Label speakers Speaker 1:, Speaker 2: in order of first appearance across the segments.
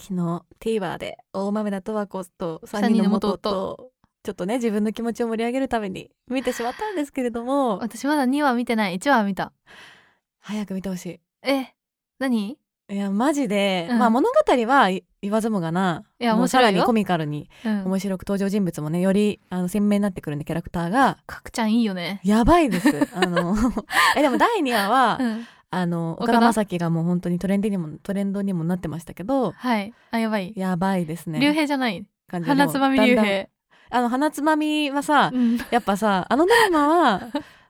Speaker 1: 昨日 TVer で大豆田十和子と3人の元とちょっとね自分の気持ちを盛り上げるために見てしまったんですけれども
Speaker 2: 私まだ2話見てない1話見た
Speaker 1: 早く見てほし
Speaker 2: え何
Speaker 1: いいやマジで、
Speaker 2: うん
Speaker 1: まあ物語はい言わずもがない
Speaker 2: や
Speaker 1: もう
Speaker 2: 面白いよ
Speaker 1: さらにコミカルに
Speaker 2: うん
Speaker 1: 面白く登場人物もねよりあの鮮明になってくるんでキャラクターが
Speaker 2: かくちゃんいいよね
Speaker 1: やばいです あのえでも第2話は、
Speaker 2: うん
Speaker 1: あの
Speaker 2: 岡
Speaker 1: 岡
Speaker 2: 田
Speaker 1: 田将生がもう本当にトレンドにもトレンドにもなってましたけど
Speaker 2: はいあやばい
Speaker 1: やばいですね
Speaker 2: 竜兵じゃない
Speaker 1: 感じで
Speaker 2: 花つまみ
Speaker 1: もう
Speaker 2: 竜
Speaker 1: だんだん
Speaker 2: 兵
Speaker 1: あの花つまみはさ、
Speaker 2: うん
Speaker 1: やっぱさあのドラマは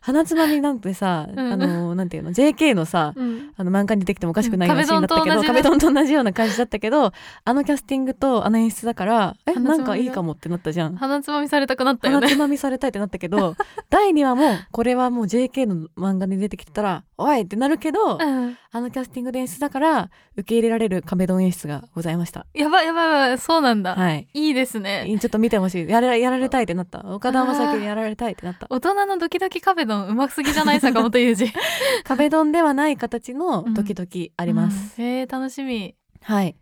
Speaker 1: 花つまみなんてさ、
Speaker 2: うん
Speaker 1: あのなんていうの JK のさ
Speaker 2: うん
Speaker 1: あの漫画に出てきてもおかしくないようなシーンだったけ
Speaker 2: う
Speaker 1: ど
Speaker 2: ん
Speaker 1: 壁
Speaker 2: 壁
Speaker 1: ド
Speaker 2: ド
Speaker 1: ンと同じような感じだったけどあのキャスティングとあの演出だからえ
Speaker 2: 花
Speaker 1: な
Speaker 2: つまみが
Speaker 1: んかいいかもってなったじゃん。
Speaker 2: 花つまみされたくなったよ
Speaker 1: 花
Speaker 2: ね
Speaker 1: つまみされたいってなったけ ど第2話もこれはもう JK の漫画に出てきてたら「おい!」ってなるけど、
Speaker 2: うん
Speaker 1: あのキャスティングで演出だから受け入れられる壁ドン演出がございました。
Speaker 2: やばいやばいやばいそうなんだ、
Speaker 1: はい
Speaker 2: いいですね
Speaker 1: ちょっと見てほしいやれやられたいってなった岡田将生にやられたいってなった
Speaker 2: 大人のドキドキカフェドンうますぎじゃない坂本雄二
Speaker 1: 壁ドンではない形のドキド キあ
Speaker 2: あ
Speaker 1: ります、、
Speaker 2: うんえー、楽しみ、
Speaker 1: はい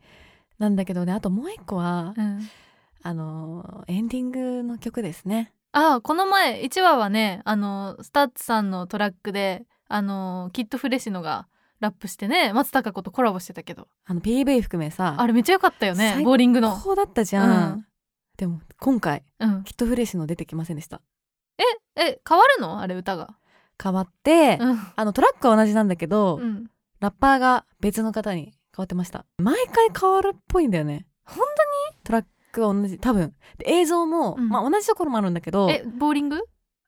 Speaker 1: なんだけどねあともう一個は、
Speaker 2: うん、
Speaker 1: あのーエンディングの曲ですね
Speaker 2: あこの前1話はねあのスタッツさんのトラックであのキッドフレシノがラップしてね松たか子とコラボしてたけど
Speaker 1: あの PV 含めさ
Speaker 2: あれめっちゃ良かったよね
Speaker 1: 最高
Speaker 2: ボーリングの、
Speaker 1: こうだったじゃん、
Speaker 2: うん
Speaker 1: でも今回
Speaker 2: うん、
Speaker 1: きっとフレッシュの出てきませんでした
Speaker 2: え変わるのあれ歌が
Speaker 1: 変わって、
Speaker 2: うん、
Speaker 1: あのトラックは同じなんだけど、
Speaker 2: うん、
Speaker 1: ラッパーが別の方に変わってました毎回変わるっぽいんだよね
Speaker 2: 本当
Speaker 1: にトラックは同じ多分で映像も、
Speaker 2: うん
Speaker 1: まあ同じところもあるんだけど
Speaker 2: えボーリング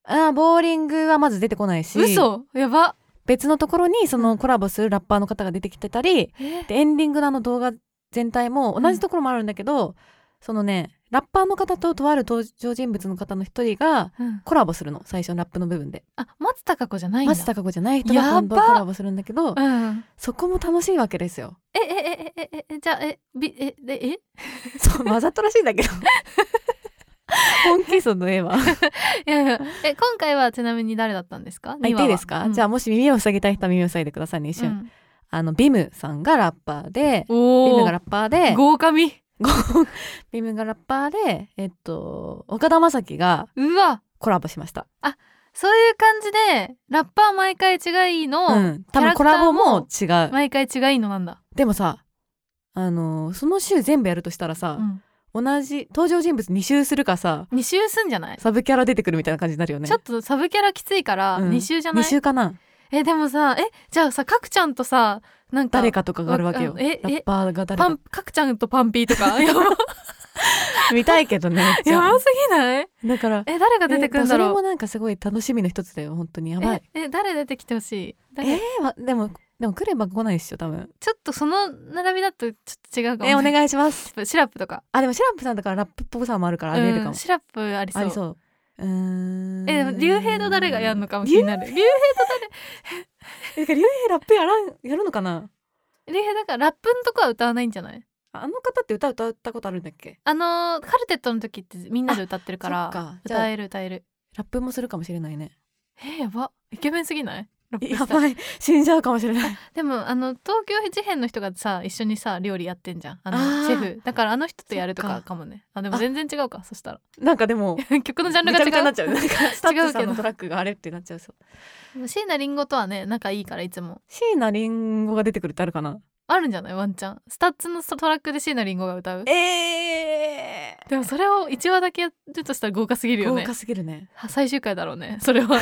Speaker 1: あーボーリングはまず出てこないし
Speaker 2: 嘘やば
Speaker 1: 別のところにそのコラボするラッパーの方が出てきてたり
Speaker 2: え
Speaker 1: でエンディングのあの動画全体も同じところもあるんだけど、そのねラッパーの方ととある登場人物の方の一人が
Speaker 2: うん、
Speaker 1: コラボするの最初のラップの部分で
Speaker 2: あ松たか子じゃないんだ
Speaker 1: 松たか子じゃない人が今度
Speaker 2: やば
Speaker 1: コラボするんだけど
Speaker 2: うん、
Speaker 1: そこも楽しいわけですよ
Speaker 2: ええええええじゃあえびえでえ
Speaker 1: そうわざとらしいんだけど 本気その絵 は
Speaker 2: いやいやえ今回はちなみに誰だったんですか
Speaker 1: あいていいですか、じゃあもし耳を塞ぎたい人は耳を塞いでくださいね一瞬、あのビムさんがラッパーでビ
Speaker 2: お
Speaker 1: ム
Speaker 2: お
Speaker 1: がラッパーで
Speaker 2: 豪華み
Speaker 1: ビムがラッパーで、えっと、岡田将生が
Speaker 2: うわ
Speaker 1: コラボしました。
Speaker 2: そういう感じでラッパー毎回違いの、
Speaker 1: うん。多
Speaker 2: キャ
Speaker 1: 分
Speaker 2: ラク
Speaker 1: コ
Speaker 2: ター
Speaker 1: ラボも違う。
Speaker 2: 毎回違いのなんだ、
Speaker 1: でもさ、あのーその週全部やるとしたら
Speaker 2: う
Speaker 1: さ、
Speaker 2: ん、
Speaker 1: 同じ、登場人物2周するかさ、
Speaker 2: 2周すんじゃない、
Speaker 1: サブキャラ出てくるみたいな感じになるよね。
Speaker 2: ちょっとサブキャラきついから
Speaker 1: うん
Speaker 2: 2周じゃな
Speaker 1: 2
Speaker 2: い、
Speaker 1: 周かな
Speaker 2: えでもさえじゃあさかくちゃんとさなんか
Speaker 1: 誰かとかがあるわけよ。
Speaker 2: あ
Speaker 1: ラ
Speaker 2: ええ
Speaker 1: ッパーが誰
Speaker 2: パ
Speaker 1: か
Speaker 2: ンかくちゃんとパンピーと かやば
Speaker 1: 見たいけどね。じ
Speaker 2: や
Speaker 1: ゃあ
Speaker 2: ばすぎない
Speaker 1: だから、
Speaker 2: え誰が出てくるんだ
Speaker 1: えっとそれ
Speaker 2: ろ
Speaker 1: も
Speaker 2: う
Speaker 1: なんかすごい楽しみの一つだよ、本当に。や
Speaker 2: え
Speaker 1: ばい。
Speaker 2: え誰出てきてほしい誰
Speaker 1: えーわでも、でも来れば来ないっしょ、多分。
Speaker 2: ちょっとその並びだとちょっと違うかも
Speaker 1: えお願いします。
Speaker 2: いシラップとか
Speaker 1: あ、でもシラップさんだからラップっぽさもあるからありえるか
Speaker 2: う
Speaker 1: も
Speaker 2: ん。シラップありそう
Speaker 1: ありそう。うーん。
Speaker 2: えでも竜兵と誰がやるのかも気になる竜兵
Speaker 1: えてか竜兵ラップやらんやるのかな。
Speaker 2: 竜兵だからラップのとこは歌わないんじゃない
Speaker 1: あの方って歌歌ったことあるんだっけ。
Speaker 2: あのーカルテットの時ってみんなで歌ってるから
Speaker 1: あそっかじゃあ
Speaker 2: 歌える歌える
Speaker 1: ラップもするかもしれないね。
Speaker 2: えーやばイケメンすぎないラップ
Speaker 1: や
Speaker 2: した
Speaker 1: ばい、 死んじゃうかもしれない。
Speaker 2: でもあの東京事変の人がさ一緒にさ料理やってんじゃんあの
Speaker 1: あー
Speaker 2: シェフだからあの人とやると
Speaker 1: そ
Speaker 2: か
Speaker 1: っか
Speaker 2: かもねあでも全然違うかそしたら
Speaker 1: なんかでも。
Speaker 2: 曲のジャンル
Speaker 1: め
Speaker 2: が
Speaker 1: ちゃ
Speaker 2: 違
Speaker 1: めちゃにな
Speaker 2: う
Speaker 1: っちゃう。なんかスタッフさ
Speaker 2: 違うんけ
Speaker 1: の
Speaker 2: ど
Speaker 1: トラックがあれってなっちゃうそう。
Speaker 2: 椎名林檎とはね仲いいからいつも
Speaker 1: 椎名林檎が出てくるってあるかな。
Speaker 2: あるんじゃないワンチャンスタッツのトラックで椎名林檎が歌う
Speaker 1: ええ
Speaker 2: でもそれを1話だけやるとしたら豪華すぎるよ
Speaker 1: 豪
Speaker 2: ね
Speaker 1: 華すぎるね。
Speaker 2: は最終回だろうねそれ は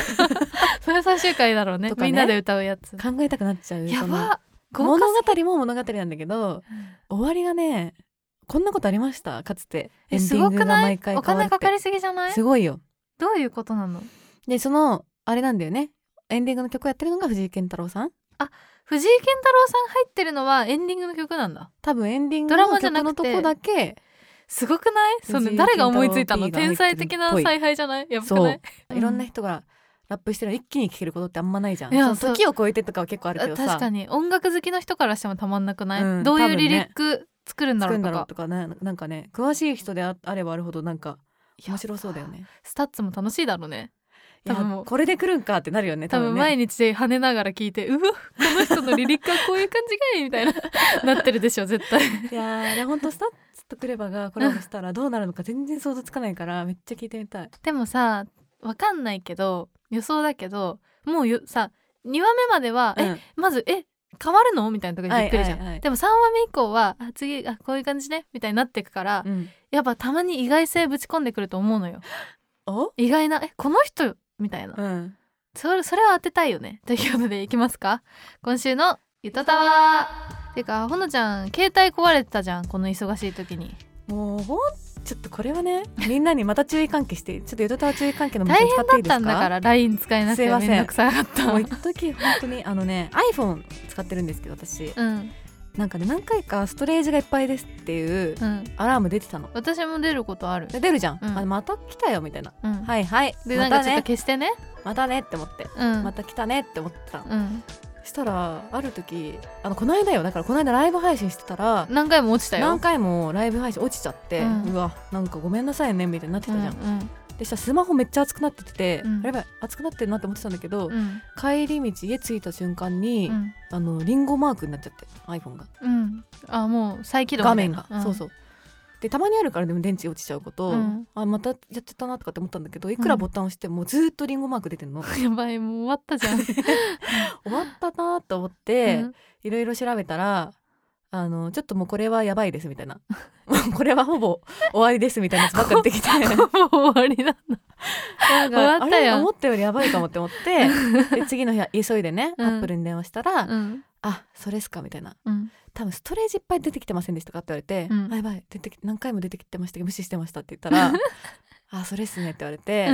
Speaker 2: それは最終回だろうね
Speaker 1: とかね
Speaker 2: みんなで歌うやつ
Speaker 1: 考えたくなっちゃう。
Speaker 2: や
Speaker 1: その
Speaker 2: ば豪
Speaker 1: 物
Speaker 2: 華す
Speaker 1: 語も物語なんだけど、終わりがね、こんなことありましたかつて。
Speaker 2: えすごくな
Speaker 1: エン
Speaker 2: い
Speaker 1: ディングが毎回変わるっ
Speaker 2: お
Speaker 1: て
Speaker 2: 金かかりすぎじゃない
Speaker 1: すごいよ。
Speaker 2: どういうことなの
Speaker 1: でそのあれなんだよねエンディングの曲やってるのが藤井健太郎さん
Speaker 2: 藤井健太郎さん入ってるのはエンディングの曲なんだ
Speaker 1: 多分エンディング
Speaker 2: ドラ
Speaker 1: の
Speaker 2: マじゃな
Speaker 1: 曲
Speaker 2: く
Speaker 1: の
Speaker 2: て
Speaker 1: とこだけ
Speaker 2: すごくないそ
Speaker 1: 藤
Speaker 2: の
Speaker 1: 井
Speaker 2: 誰が思いついた
Speaker 1: 健
Speaker 2: の
Speaker 1: 太郎 P が入ってる
Speaker 2: 天才的な采配じゃないやばく
Speaker 1: そ
Speaker 2: な
Speaker 1: う
Speaker 2: いうん
Speaker 1: いろんな人がラップしてるの一気に聴けることってあんまないじゃん
Speaker 2: いや
Speaker 1: その時を超えてとかは結構あるけどさ
Speaker 2: 確かに音楽好きの人からしてもたまんなくない、
Speaker 1: うん
Speaker 2: どう
Speaker 1: 多
Speaker 2: いう
Speaker 1: 分
Speaker 2: リ
Speaker 1: ね
Speaker 2: リック作るんだ
Speaker 1: 作
Speaker 2: ろ
Speaker 1: る
Speaker 2: う
Speaker 1: だ
Speaker 2: んと
Speaker 1: ろう
Speaker 2: か
Speaker 1: とかねなんかね詳しい人でああればあるほどなんか面白そうだよね
Speaker 2: スタッツも楽しいだろうね
Speaker 1: いや
Speaker 2: 多分もう
Speaker 1: これで来るんかってなるよね
Speaker 2: 多
Speaker 1: 多分
Speaker 2: 分
Speaker 1: ね
Speaker 2: 毎日跳ねながら聞いて「うわこの人のリリックはこういう感じかい」みたいな なってるでし ょ絶対
Speaker 1: いやーあれ本当スタッツとクレバがコラボしたらどうなるのか全然想像つかないからめっちゃ聞いてみたい
Speaker 2: でもさわかんないけど予想だけどもうよさ2話目までは「え
Speaker 1: うん
Speaker 2: まずえ変わるの?」みたいなとこでびっくりじゃ
Speaker 1: はい
Speaker 2: ん、
Speaker 1: はいはい
Speaker 2: でも3話目以降は「あ次あこういう感じね」みたいになってくから、
Speaker 1: うん
Speaker 2: やっぱたまに意外性ぶち込んでくると思うのよ
Speaker 1: お
Speaker 2: 意外な「えこの人?」みたいな、
Speaker 1: うん
Speaker 2: それそれは当てたいよねということでいきますか今週の「ゆたたわ」てかほのちゃん携帯壊れてたじゃんこの忙しい時に
Speaker 1: もうほんちょっとこれは ねみんなにまた注意喚起してちょっとゆとたわ注意喚起の文
Speaker 2: 大
Speaker 1: 字
Speaker 2: 変
Speaker 1: 使
Speaker 2: だ
Speaker 1: ってい
Speaker 2: っ
Speaker 1: いですか
Speaker 2: たんだから LINE 使えなく
Speaker 1: すい
Speaker 2: て
Speaker 1: ませ
Speaker 2: め
Speaker 1: ん
Speaker 2: んどくさかった
Speaker 1: もう一時本当にあのね iPhone 使ってるんですけど私
Speaker 2: うん
Speaker 1: なんかね何回かストレージがいっぱいですっていう
Speaker 2: うん
Speaker 1: アラーム出てたの
Speaker 2: 私も出ることある、
Speaker 1: で出るじゃん、
Speaker 2: うん
Speaker 1: あまた来たよみたいな
Speaker 2: うん
Speaker 1: はいはい
Speaker 2: でな
Speaker 1: ま
Speaker 2: んか
Speaker 1: た
Speaker 2: ちょ
Speaker 1: ね
Speaker 2: っと消してね
Speaker 1: またねって思って、
Speaker 2: うん
Speaker 1: また来たねって思ってたの
Speaker 2: うん
Speaker 1: したらある時あのこの間よだからこの間ライブ配信してたら
Speaker 2: 何回も落ちたよ
Speaker 1: 何回もライブ配信落ちちゃって、
Speaker 2: う
Speaker 1: うんわなんかごめんなさいねみたいになってたじゃん、
Speaker 2: うん
Speaker 1: でしたらスマホめっちゃ熱くなってて、
Speaker 2: うん
Speaker 1: あれやばい熱くなってるなって思ってたんだけど、
Speaker 2: うんうん
Speaker 1: 帰り道家着いた瞬間に、
Speaker 2: うん
Speaker 1: あのリンゴマークになっちゃって iPhone が
Speaker 2: うんあもう再起動
Speaker 1: 画
Speaker 2: みたい
Speaker 1: 面
Speaker 2: な
Speaker 1: が、そうそうでたまにあるからでも電池落ちちゃうこと、
Speaker 2: うん
Speaker 1: あまたやっちゃったなとかって思ったんだけどいくらボタン押してもずーっとリンゴマーク出てん の、
Speaker 2: うんやばいもう終わったじゃん
Speaker 1: 終わったなと思って、
Speaker 2: うん
Speaker 1: いろいろ調べたらあのちょっともうこれはやばいですみたいな もうこれはほぼ終わりですみたいなやつばっかり出てきて
Speaker 2: もう 終わりなんだ
Speaker 1: なんか
Speaker 2: 終わった よ
Speaker 1: あれ思ったよりやばいかもって思って で次の日は急いでね、
Speaker 2: うん
Speaker 1: アップルに電話したら「
Speaker 2: うん
Speaker 1: あそれっすか」みたいな
Speaker 2: うん
Speaker 1: 「多分ストレージいっぱい出てきてませんでしたか?」って言われて「
Speaker 2: うん
Speaker 1: あやばい出てき何回も出てきてましたけど無視してました」って言ったら「 あそれっすね」って言われて。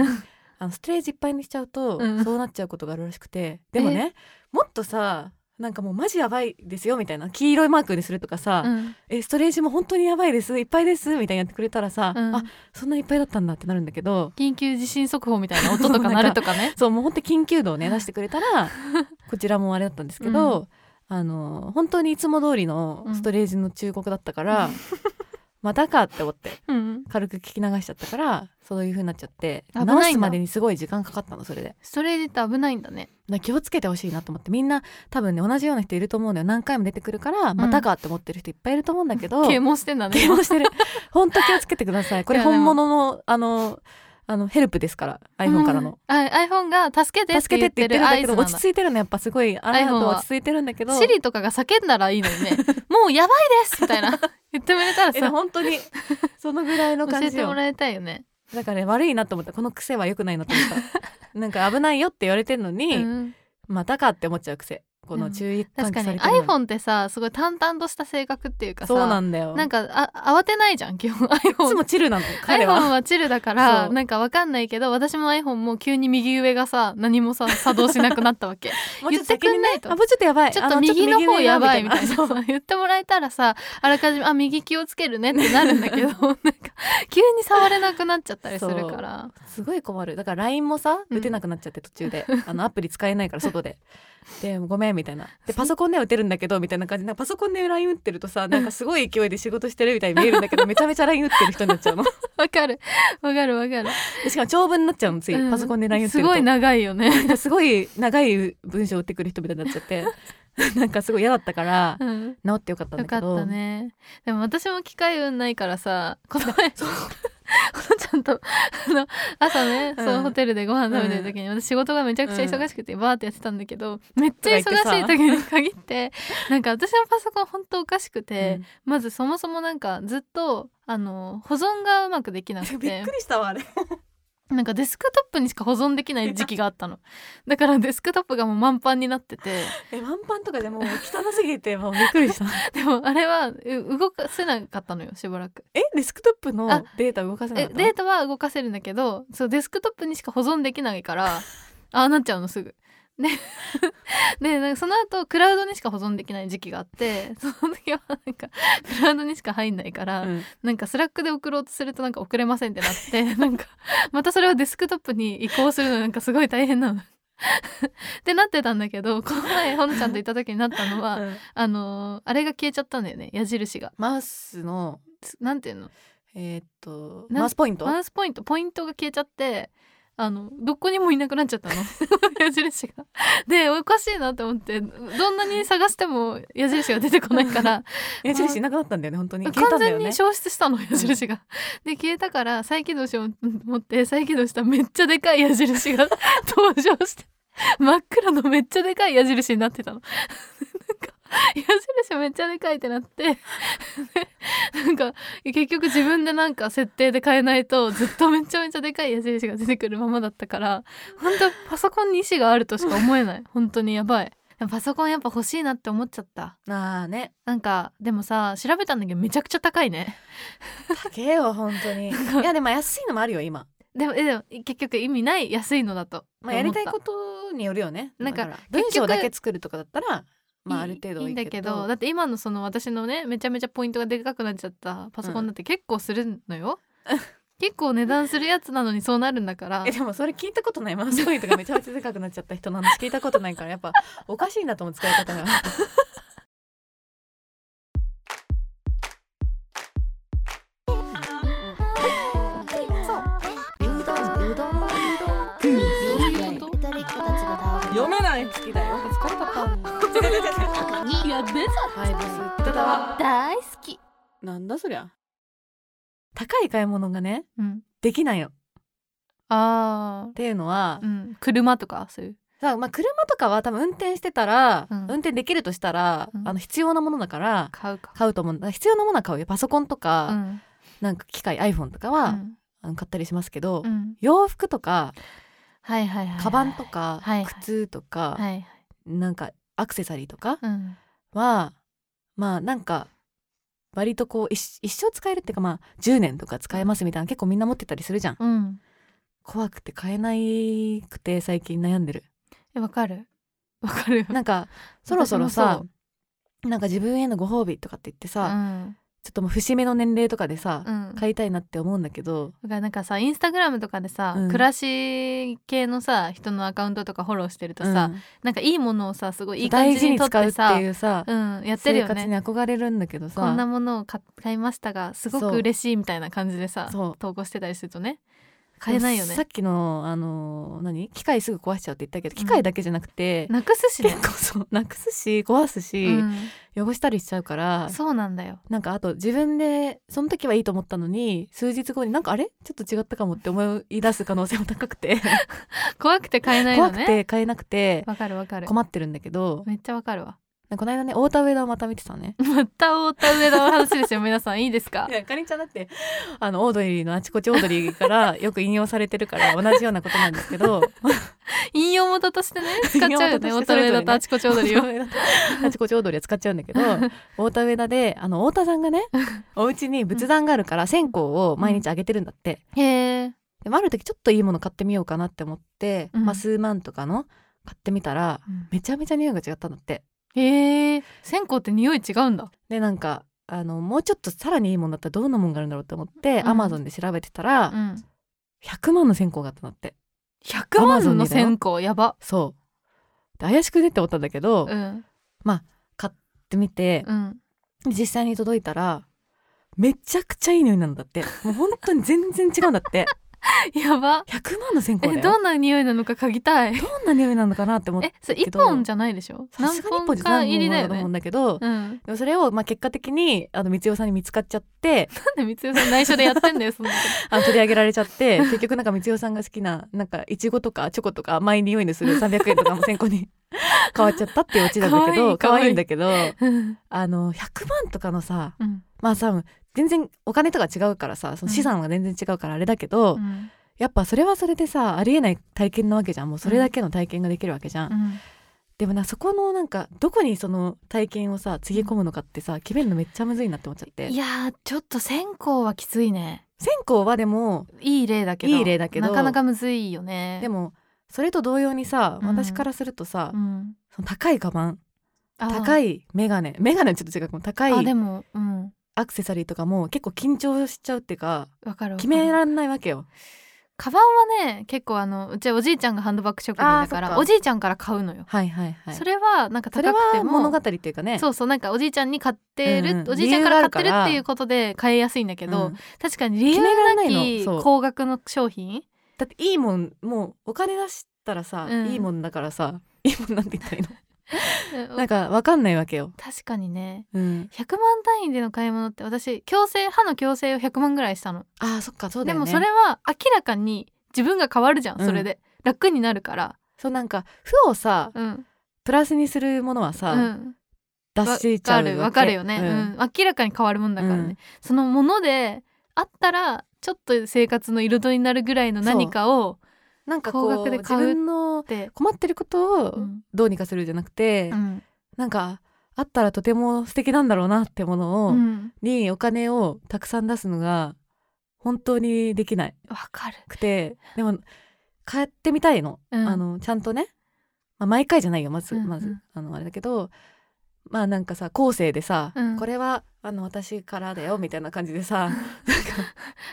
Speaker 1: あのストレージいっぱいにしちゃうと、
Speaker 2: うん
Speaker 1: そうなっちゃうことがあるらしくてでもねもっとさなんかもうマジやばいですよみたいな黄色いマークにするとかさ、
Speaker 2: うん
Speaker 1: えストレージも本当にやばいですいっぱいですみたいにやってくれたらさ、
Speaker 2: うん
Speaker 1: あそんなにいっぱいだったんだってなるんだけど
Speaker 2: 緊急地震速報みたいな音とか鳴ると かね
Speaker 1: そうもう本当緊急度をね出してくれたら こちらもあれだったんですけど、あの本当にいつも通りのストレージの忠告だった から、またかって思って
Speaker 2: うん
Speaker 1: 軽く聞き流しちゃったからそういう風になっちゃって
Speaker 2: 危ないんだ
Speaker 1: 直すまでにすごい時間かかったのそれで。
Speaker 2: ストレージって危ないんだね
Speaker 1: だから気をつけてほしいなと思ってみんな多分ね同じような人いると思うのよ何回も出てくるからまたかって思ってる人いっぱいいると思うんだけど、
Speaker 2: 啓蒙してんだね
Speaker 1: 啓蒙して る本当気をつけてくださいこれ
Speaker 2: いやでも
Speaker 1: 本物のあのあのヘルプですから iPhone からの、
Speaker 2: うんあ iPhone が助けてっ
Speaker 1: 助けて
Speaker 2: て言
Speaker 1: っ
Speaker 2: っ
Speaker 1: て
Speaker 2: て
Speaker 1: 言ってる
Speaker 2: る
Speaker 1: ん
Speaker 2: 合
Speaker 1: だけ
Speaker 2: 図
Speaker 1: ど
Speaker 2: なんだ
Speaker 1: 落ち着いてるのやっぱすごい iPhone は落ち着いてるんだけど
Speaker 2: シリとかが叫んだらいいのにね もうやばいですみたいな言ってくれたら
Speaker 1: えでも
Speaker 2: さ
Speaker 1: 本当 にそのぐらいの
Speaker 2: 教
Speaker 1: 感
Speaker 2: え
Speaker 1: じ
Speaker 2: ても
Speaker 1: よ
Speaker 2: らいたいよね、
Speaker 1: だからね悪いなと思ったこの癖は良くないなと思った なんか危ないよって言われてるのに、
Speaker 2: うん
Speaker 1: またかって思っちゃう癖この注意喚
Speaker 2: 確か
Speaker 1: 起され
Speaker 2: に
Speaker 1: てるのに
Speaker 2: iPhone ってさすごい淡々とした性格っていうかさ
Speaker 1: そうなんだよ
Speaker 2: なんかあ慌てないじゃん基本
Speaker 1: いつ
Speaker 2: iPhone
Speaker 1: もチルなの彼
Speaker 2: iPhone
Speaker 1: は
Speaker 2: はチルだから
Speaker 1: そう
Speaker 2: なんかわかんないけど私も iPhone も急に右上がさ何もさ作動しなくなったわ け
Speaker 1: もうち
Speaker 2: 言
Speaker 1: ょ
Speaker 2: っ
Speaker 1: ってと
Speaker 2: く
Speaker 1: 先
Speaker 2: ん
Speaker 1: に
Speaker 2: ない
Speaker 1: ね
Speaker 2: と
Speaker 1: あもうちょっとやばい
Speaker 2: ちょ
Speaker 1: あ
Speaker 2: っと
Speaker 1: の
Speaker 2: 右の方やばいみたいな
Speaker 1: そう
Speaker 2: そう 言ってもらえたらさあらかじめあ右気をつけるねってなるん だけどなんか急に触れなくなっちゃったりするから
Speaker 1: すごい困るだから LINE もさ
Speaker 2: うん
Speaker 1: 打てなくなっちゃって途中 で、あのアプリ使えないから外ででごめんみたいなでパソコンでは打てるんだけどみたいな感じでなんかパソコンで LINE 打ってるとさなんかすごい勢いで仕事してるみたいに見えるんだけどめちゃめちゃ LINE 打ってる人になっちゃう の
Speaker 2: わかるわかるわかる
Speaker 1: でしかも長文になっちゃうのつい、パソコンで LINE 打って
Speaker 2: す
Speaker 1: ると
Speaker 2: ごい長いよね、
Speaker 1: なんかすごい長い文章打ってくる人みたいになっちゃって なんかすごい嫌だったから
Speaker 2: うん、
Speaker 1: 治ってよかったん
Speaker 2: よ
Speaker 1: だ
Speaker 2: か
Speaker 1: け
Speaker 2: っ
Speaker 1: ど
Speaker 2: たねでも私も機械運ないから さこの前
Speaker 1: そう
Speaker 2: このちゃんとあの朝ね、
Speaker 1: うん
Speaker 2: そのホテルでご飯食べてる時に、私仕事がめちゃくちゃ忙しくて、バーってやってたんだけどめっちゃ忙しい時に限ってなんか私のパソコンほんとおかしくて、まずそもそもなんかずっとあの保存がうまくできな
Speaker 1: う
Speaker 2: く
Speaker 1: ん びってくりしたわ あれ
Speaker 2: なんかデスクトップにしか保存できない時期があっ たのだからデスクトップがもう満帆になってて
Speaker 1: えワンパンとかでもう汚すぎてもうびっく りした
Speaker 2: でもあれはう動かせなかったのよしばらく
Speaker 1: えデスクトップ
Speaker 2: あ
Speaker 1: のデータ動かせない
Speaker 2: え
Speaker 1: の
Speaker 2: データは動かせるんだけどそうデスクトップにしか保存できな いからああなっちゃうのすぐ。で でなんかその後クラウドにしか保存できない時期が あってその時はなんかクラウドにしか入んないから、
Speaker 1: うん
Speaker 2: なんかスラックで送ろうとするとなんか送れませんってなって なんかまたそれをデスクトップに移行するのなんかすごい大変なの。 ってなってたんだけどこの前ほのちゃんといた時になったのはあのーあれが消えちゃったんだよね矢印が。
Speaker 1: マウスの
Speaker 2: なんていうの
Speaker 1: えーっと
Speaker 2: なん
Speaker 1: マウスポイント
Speaker 2: マウスポイントポイントが消えちゃってあのどこにもいなくなっちゃったの 矢印が。でおかしいなって思ってどんなに探しても矢印が出てこないから
Speaker 1: 矢印いなくなったんだよね本当に消えたん
Speaker 2: 完
Speaker 1: だ
Speaker 2: 全
Speaker 1: よね
Speaker 2: に消失したの矢印が。で消えたから再起動しようと思って再起動したらめっちゃでかい矢印 が登場して真っ暗のめっちゃでかい矢印になってたの。 なんか矢印めっちゃでかいってなってで なんか結局自分でなんか設定で変えないとずっとめちゃめちゃでかい矢印が出てくるままだったから本当パソコンに意思があるとしか思えない本当にやばいパソコンやっぱ欲しいなって思っちゃった
Speaker 1: ああね
Speaker 2: なんかでもさ調べたんだけどめちゃくちゃ高いね
Speaker 1: 高えよ本当にいやでも安いのもあるよ今、
Speaker 2: でもえでも結局意味ない安いのだと
Speaker 1: まあ、やりたいこととによるよね
Speaker 2: なんか
Speaker 1: だら
Speaker 2: 結
Speaker 1: 文
Speaker 2: 局
Speaker 1: 章だけ作るとかだったらまあある程度
Speaker 2: いい
Speaker 1: い
Speaker 2: ん
Speaker 1: い
Speaker 2: だ
Speaker 1: けど
Speaker 2: けどだって今のその私のねめちゃめちゃポイントがでかくなっちゃったパソコンだって結構する のよ、結構値段するやつなのにそうなるんだから
Speaker 1: えでもそれ聞いたことないマウスコインとかめちゃめちゃでかくなっちゃった人の話聞いたことないからやっぱおかしいんだと思う使い方が
Speaker 3: 読めない好きだよ疲れ
Speaker 1: いや出ちゃったわ
Speaker 3: 大好き
Speaker 1: なんだそりゃ高い買い物がね
Speaker 2: うん、
Speaker 1: できないよっ
Speaker 2: あ
Speaker 1: ていうのは、
Speaker 2: ー、うん、車とかそういう
Speaker 1: さまあ、車とかは多分運転してたら、
Speaker 2: うん
Speaker 1: 運転できるとしたら、
Speaker 2: うん
Speaker 1: あの必要なものだから
Speaker 2: 買うか、
Speaker 1: 買うと思うんだ必要なものは買うよパソコンとか、
Speaker 2: うん
Speaker 1: なんか機械 iPhone とか
Speaker 2: う
Speaker 1: は、
Speaker 2: ん
Speaker 1: あの買ったりしますけど、
Speaker 2: うん、
Speaker 1: 洋服とか
Speaker 2: はいはいはいはい
Speaker 1: カバンとか、
Speaker 2: はいはい
Speaker 1: 靴とか、
Speaker 2: はいはい、
Speaker 1: なんかアクセサリーとか
Speaker 2: うん、
Speaker 1: は、まあなんか割とこう一一生使えるっていうかまあ10年とか使えますみたいな結構みんな持ってたりするじゃん
Speaker 2: うん
Speaker 1: 怖くて買えないくて最近悩んでる
Speaker 2: えわかるわかるよ
Speaker 1: なんかそろそろさ
Speaker 2: 私も
Speaker 1: なんか自分へのご褒美とかって言って
Speaker 2: う
Speaker 1: さ、
Speaker 2: ん
Speaker 1: ちょっともう節目の年齢とかでさ、
Speaker 2: うん
Speaker 1: 買いたいなって思うんだけど
Speaker 2: だからなんかさインスタグラムとかでさ、
Speaker 1: うん
Speaker 2: 暮らし系のさ人のアカウントとかフォローしてるとさ、
Speaker 1: うん
Speaker 2: なんかいいものをさすごいいい感
Speaker 1: 大
Speaker 2: じ
Speaker 1: 事
Speaker 2: に
Speaker 1: に
Speaker 2: 撮っ
Speaker 1: 使う
Speaker 2: て
Speaker 1: って
Speaker 2: さ
Speaker 1: いうさ、
Speaker 2: うん、やってる
Speaker 1: 生
Speaker 2: よ
Speaker 1: 活
Speaker 2: ね
Speaker 1: に憧れるんだけどさ
Speaker 2: こんなものを買買いましたがすご
Speaker 1: そ
Speaker 2: く
Speaker 1: う
Speaker 2: 嬉しいみたいな感じでさ
Speaker 1: そう
Speaker 2: 投稿してたりするとね買えないよね
Speaker 1: さっきのあの何機械すぐ壊しちゃうって言ったけど機械だけじゃなくて、
Speaker 2: なくすしね
Speaker 1: 結、構そう なくすし壊すし、
Speaker 2: う
Speaker 1: 汚したりしちゃうから
Speaker 2: ん、そうなんだよ
Speaker 1: なんかあと自分でその時はいいと思ったのに数日後になんかあれちょっと違ったかもって思い出す可能性も高くて
Speaker 2: 怖くて買 えないの
Speaker 1: 怖く
Speaker 2: ね
Speaker 1: て買えなくて
Speaker 2: わかるわかる
Speaker 1: 困ってるんだけど
Speaker 2: めっちゃわかるわ
Speaker 1: なんかこの間ね太田上田をまた見てたのね。
Speaker 2: また太田上田の話ですよ皆さんいいですか
Speaker 1: いやあかりんちゃんだってあのオードリーのあちこちオードリーからよく引用されてるから同じようなことなんですけど
Speaker 2: 引用元としてね 使っちゃうよね
Speaker 1: 引用元として
Speaker 2: 太田上田とあちこち踊 りを
Speaker 1: 太田上田あちこちオードリーは使っちゃうんだ けど太田上田であの太田さんがねお家に仏壇があるから線香を毎日あげてるんだって。
Speaker 2: へえ
Speaker 1: でもある時ちょっといいもの買ってみようかなって思って、
Speaker 2: うん
Speaker 1: まあ数万とかの買ってみたらめちゃめちゃ匂いが違ったんだって
Speaker 2: へえ線香って匂い違うんだ
Speaker 1: でなんかあのもうちょっとさらにいいものだったらどんなもんがあるんだろうって思って、
Speaker 2: うん
Speaker 1: アマゾンで調べてたら、
Speaker 2: うん
Speaker 1: 100万の線香があったんだって
Speaker 2: 100
Speaker 1: Amazon
Speaker 2: 万
Speaker 1: にだ
Speaker 2: の
Speaker 1: よ
Speaker 2: 線香やば
Speaker 1: そうで怪しくねって思ったんだけど、
Speaker 2: う
Speaker 1: 買
Speaker 2: ん
Speaker 1: ってみて
Speaker 2: うん
Speaker 1: 実際に届いたらめちゃくちゃいい匂いなんだってもう本当に全然違うんだって
Speaker 2: やば
Speaker 1: 100万の線香だ
Speaker 2: え
Speaker 1: よ
Speaker 2: ど
Speaker 1: ど
Speaker 2: んな匂いなのか嗅ぎたい
Speaker 1: んな匂いなのかなって思って
Speaker 2: えそれ1本じゃないでしょ
Speaker 1: さ
Speaker 2: 何
Speaker 1: すがに1本
Speaker 2: 本
Speaker 1: じ
Speaker 2: か
Speaker 1: ゃ
Speaker 2: 入りだ
Speaker 1: ない
Speaker 2: よ
Speaker 1: と
Speaker 2: ね
Speaker 1: 思うんだけど、
Speaker 2: うん、
Speaker 1: でもそれをまあ結果的にあの光代さんに見つかっちゃって
Speaker 2: なんで光代さん内緒でやってんだよそんなこ
Speaker 1: あの取り上げられちゃって 結局なんか光代さんが好きななんかいちごとかチョコとか甘い匂いのする300円とかも線香に変わっちゃったっていうオチなんだけど
Speaker 2: か
Speaker 1: 可
Speaker 2: わいい
Speaker 1: 愛いんだけど
Speaker 2: とうん
Speaker 1: あの100万とかのさ
Speaker 2: うん
Speaker 1: まあさ全然お金とか違うからさその資産が全然違うからあれだけど、
Speaker 2: うん
Speaker 1: やっぱそれはそれでさありえない体験なわけじゃんもうそれだけの体験ができるわけじゃん、
Speaker 2: うん
Speaker 1: でもなそこのなんかどこにその体験をさつぎ込むのかってさ決めるのめっちゃむずいなって思っちゃって
Speaker 2: いやーちょっと線香はきついね
Speaker 1: 線香はでも
Speaker 2: いい例だけど
Speaker 1: いい例だけど
Speaker 2: なかなかむずいよね
Speaker 1: で、もそれと同様にさ
Speaker 2: うん
Speaker 1: 私からするとさ、
Speaker 2: うん、
Speaker 1: その高いカバン高
Speaker 2: い
Speaker 1: いメガネメガネはちょっと違うかも高
Speaker 2: あで
Speaker 1: い
Speaker 2: もうん
Speaker 1: アクセサリーとかも結構緊張しちゃうっていうか
Speaker 2: わかるわかる
Speaker 1: 決めらんないわけよ。
Speaker 2: カバンはね結構あのうちはおじいちゃんがハンドバッグ職人だか
Speaker 1: あーそ
Speaker 2: ら
Speaker 1: っか
Speaker 2: おじいちゃんから買うのよ、
Speaker 1: はいはいはい。
Speaker 2: それはなんか
Speaker 1: それ
Speaker 2: 高くて
Speaker 1: は
Speaker 2: も
Speaker 1: 物語っていうかね。
Speaker 2: そうそうなんかおじいちゃんに買ってる、
Speaker 1: うんうん
Speaker 2: おじいちゃんから買っ
Speaker 1: 理由
Speaker 2: てる
Speaker 1: がある
Speaker 2: っ
Speaker 1: から
Speaker 2: ていうことで買いやすいんだけど、
Speaker 1: うん
Speaker 2: 確かに理由
Speaker 1: 決められない
Speaker 2: な
Speaker 1: の
Speaker 2: き
Speaker 1: そう
Speaker 2: 高額の商品
Speaker 1: だっていいもんもうお金出したらさ、
Speaker 2: うん
Speaker 1: いいもんだから さいいもんなんて言ったらいいのな
Speaker 2: なん
Speaker 1: かわかんないわけよ、
Speaker 2: 確かにね
Speaker 1: うん、
Speaker 2: 100万単位での買い物って私矯正歯の矯正を100万ぐらいしたの、
Speaker 1: あーそっかそうだ
Speaker 2: で
Speaker 1: よね
Speaker 2: もそれは明らかに自分が変わるじゃん、
Speaker 1: うん
Speaker 2: それで楽になるから
Speaker 1: そうなんか負をさ
Speaker 2: うん
Speaker 1: プラスにするものは
Speaker 2: う
Speaker 1: さ、
Speaker 2: ん
Speaker 1: 出しちゃうわけ
Speaker 2: わかるわかるよね、うん明らかに変わるもんだからね、
Speaker 1: うん
Speaker 2: そのものであったらちょっと生活の彩りになるぐらいの何かを
Speaker 1: なんかこう
Speaker 2: 高額で
Speaker 1: 自
Speaker 2: 買う
Speaker 1: 分の
Speaker 2: って、
Speaker 1: 困ってることを
Speaker 2: うん
Speaker 1: どうにかするじゃなくて、
Speaker 2: うん
Speaker 1: なんかあったらとても素敵なんだろうなってものを、
Speaker 2: うん
Speaker 1: にお金をたくさん出すのが本当にできない
Speaker 2: わかる
Speaker 1: くてでも買ってみたいの,、
Speaker 2: うん
Speaker 1: あのちゃんとね、まあ、毎回じゃないよまず、
Speaker 2: うんうん
Speaker 1: まずあのあれだけどまあなんかさ後世でさ、
Speaker 2: うん
Speaker 1: これはあの私からだよみたいな感じでさなんか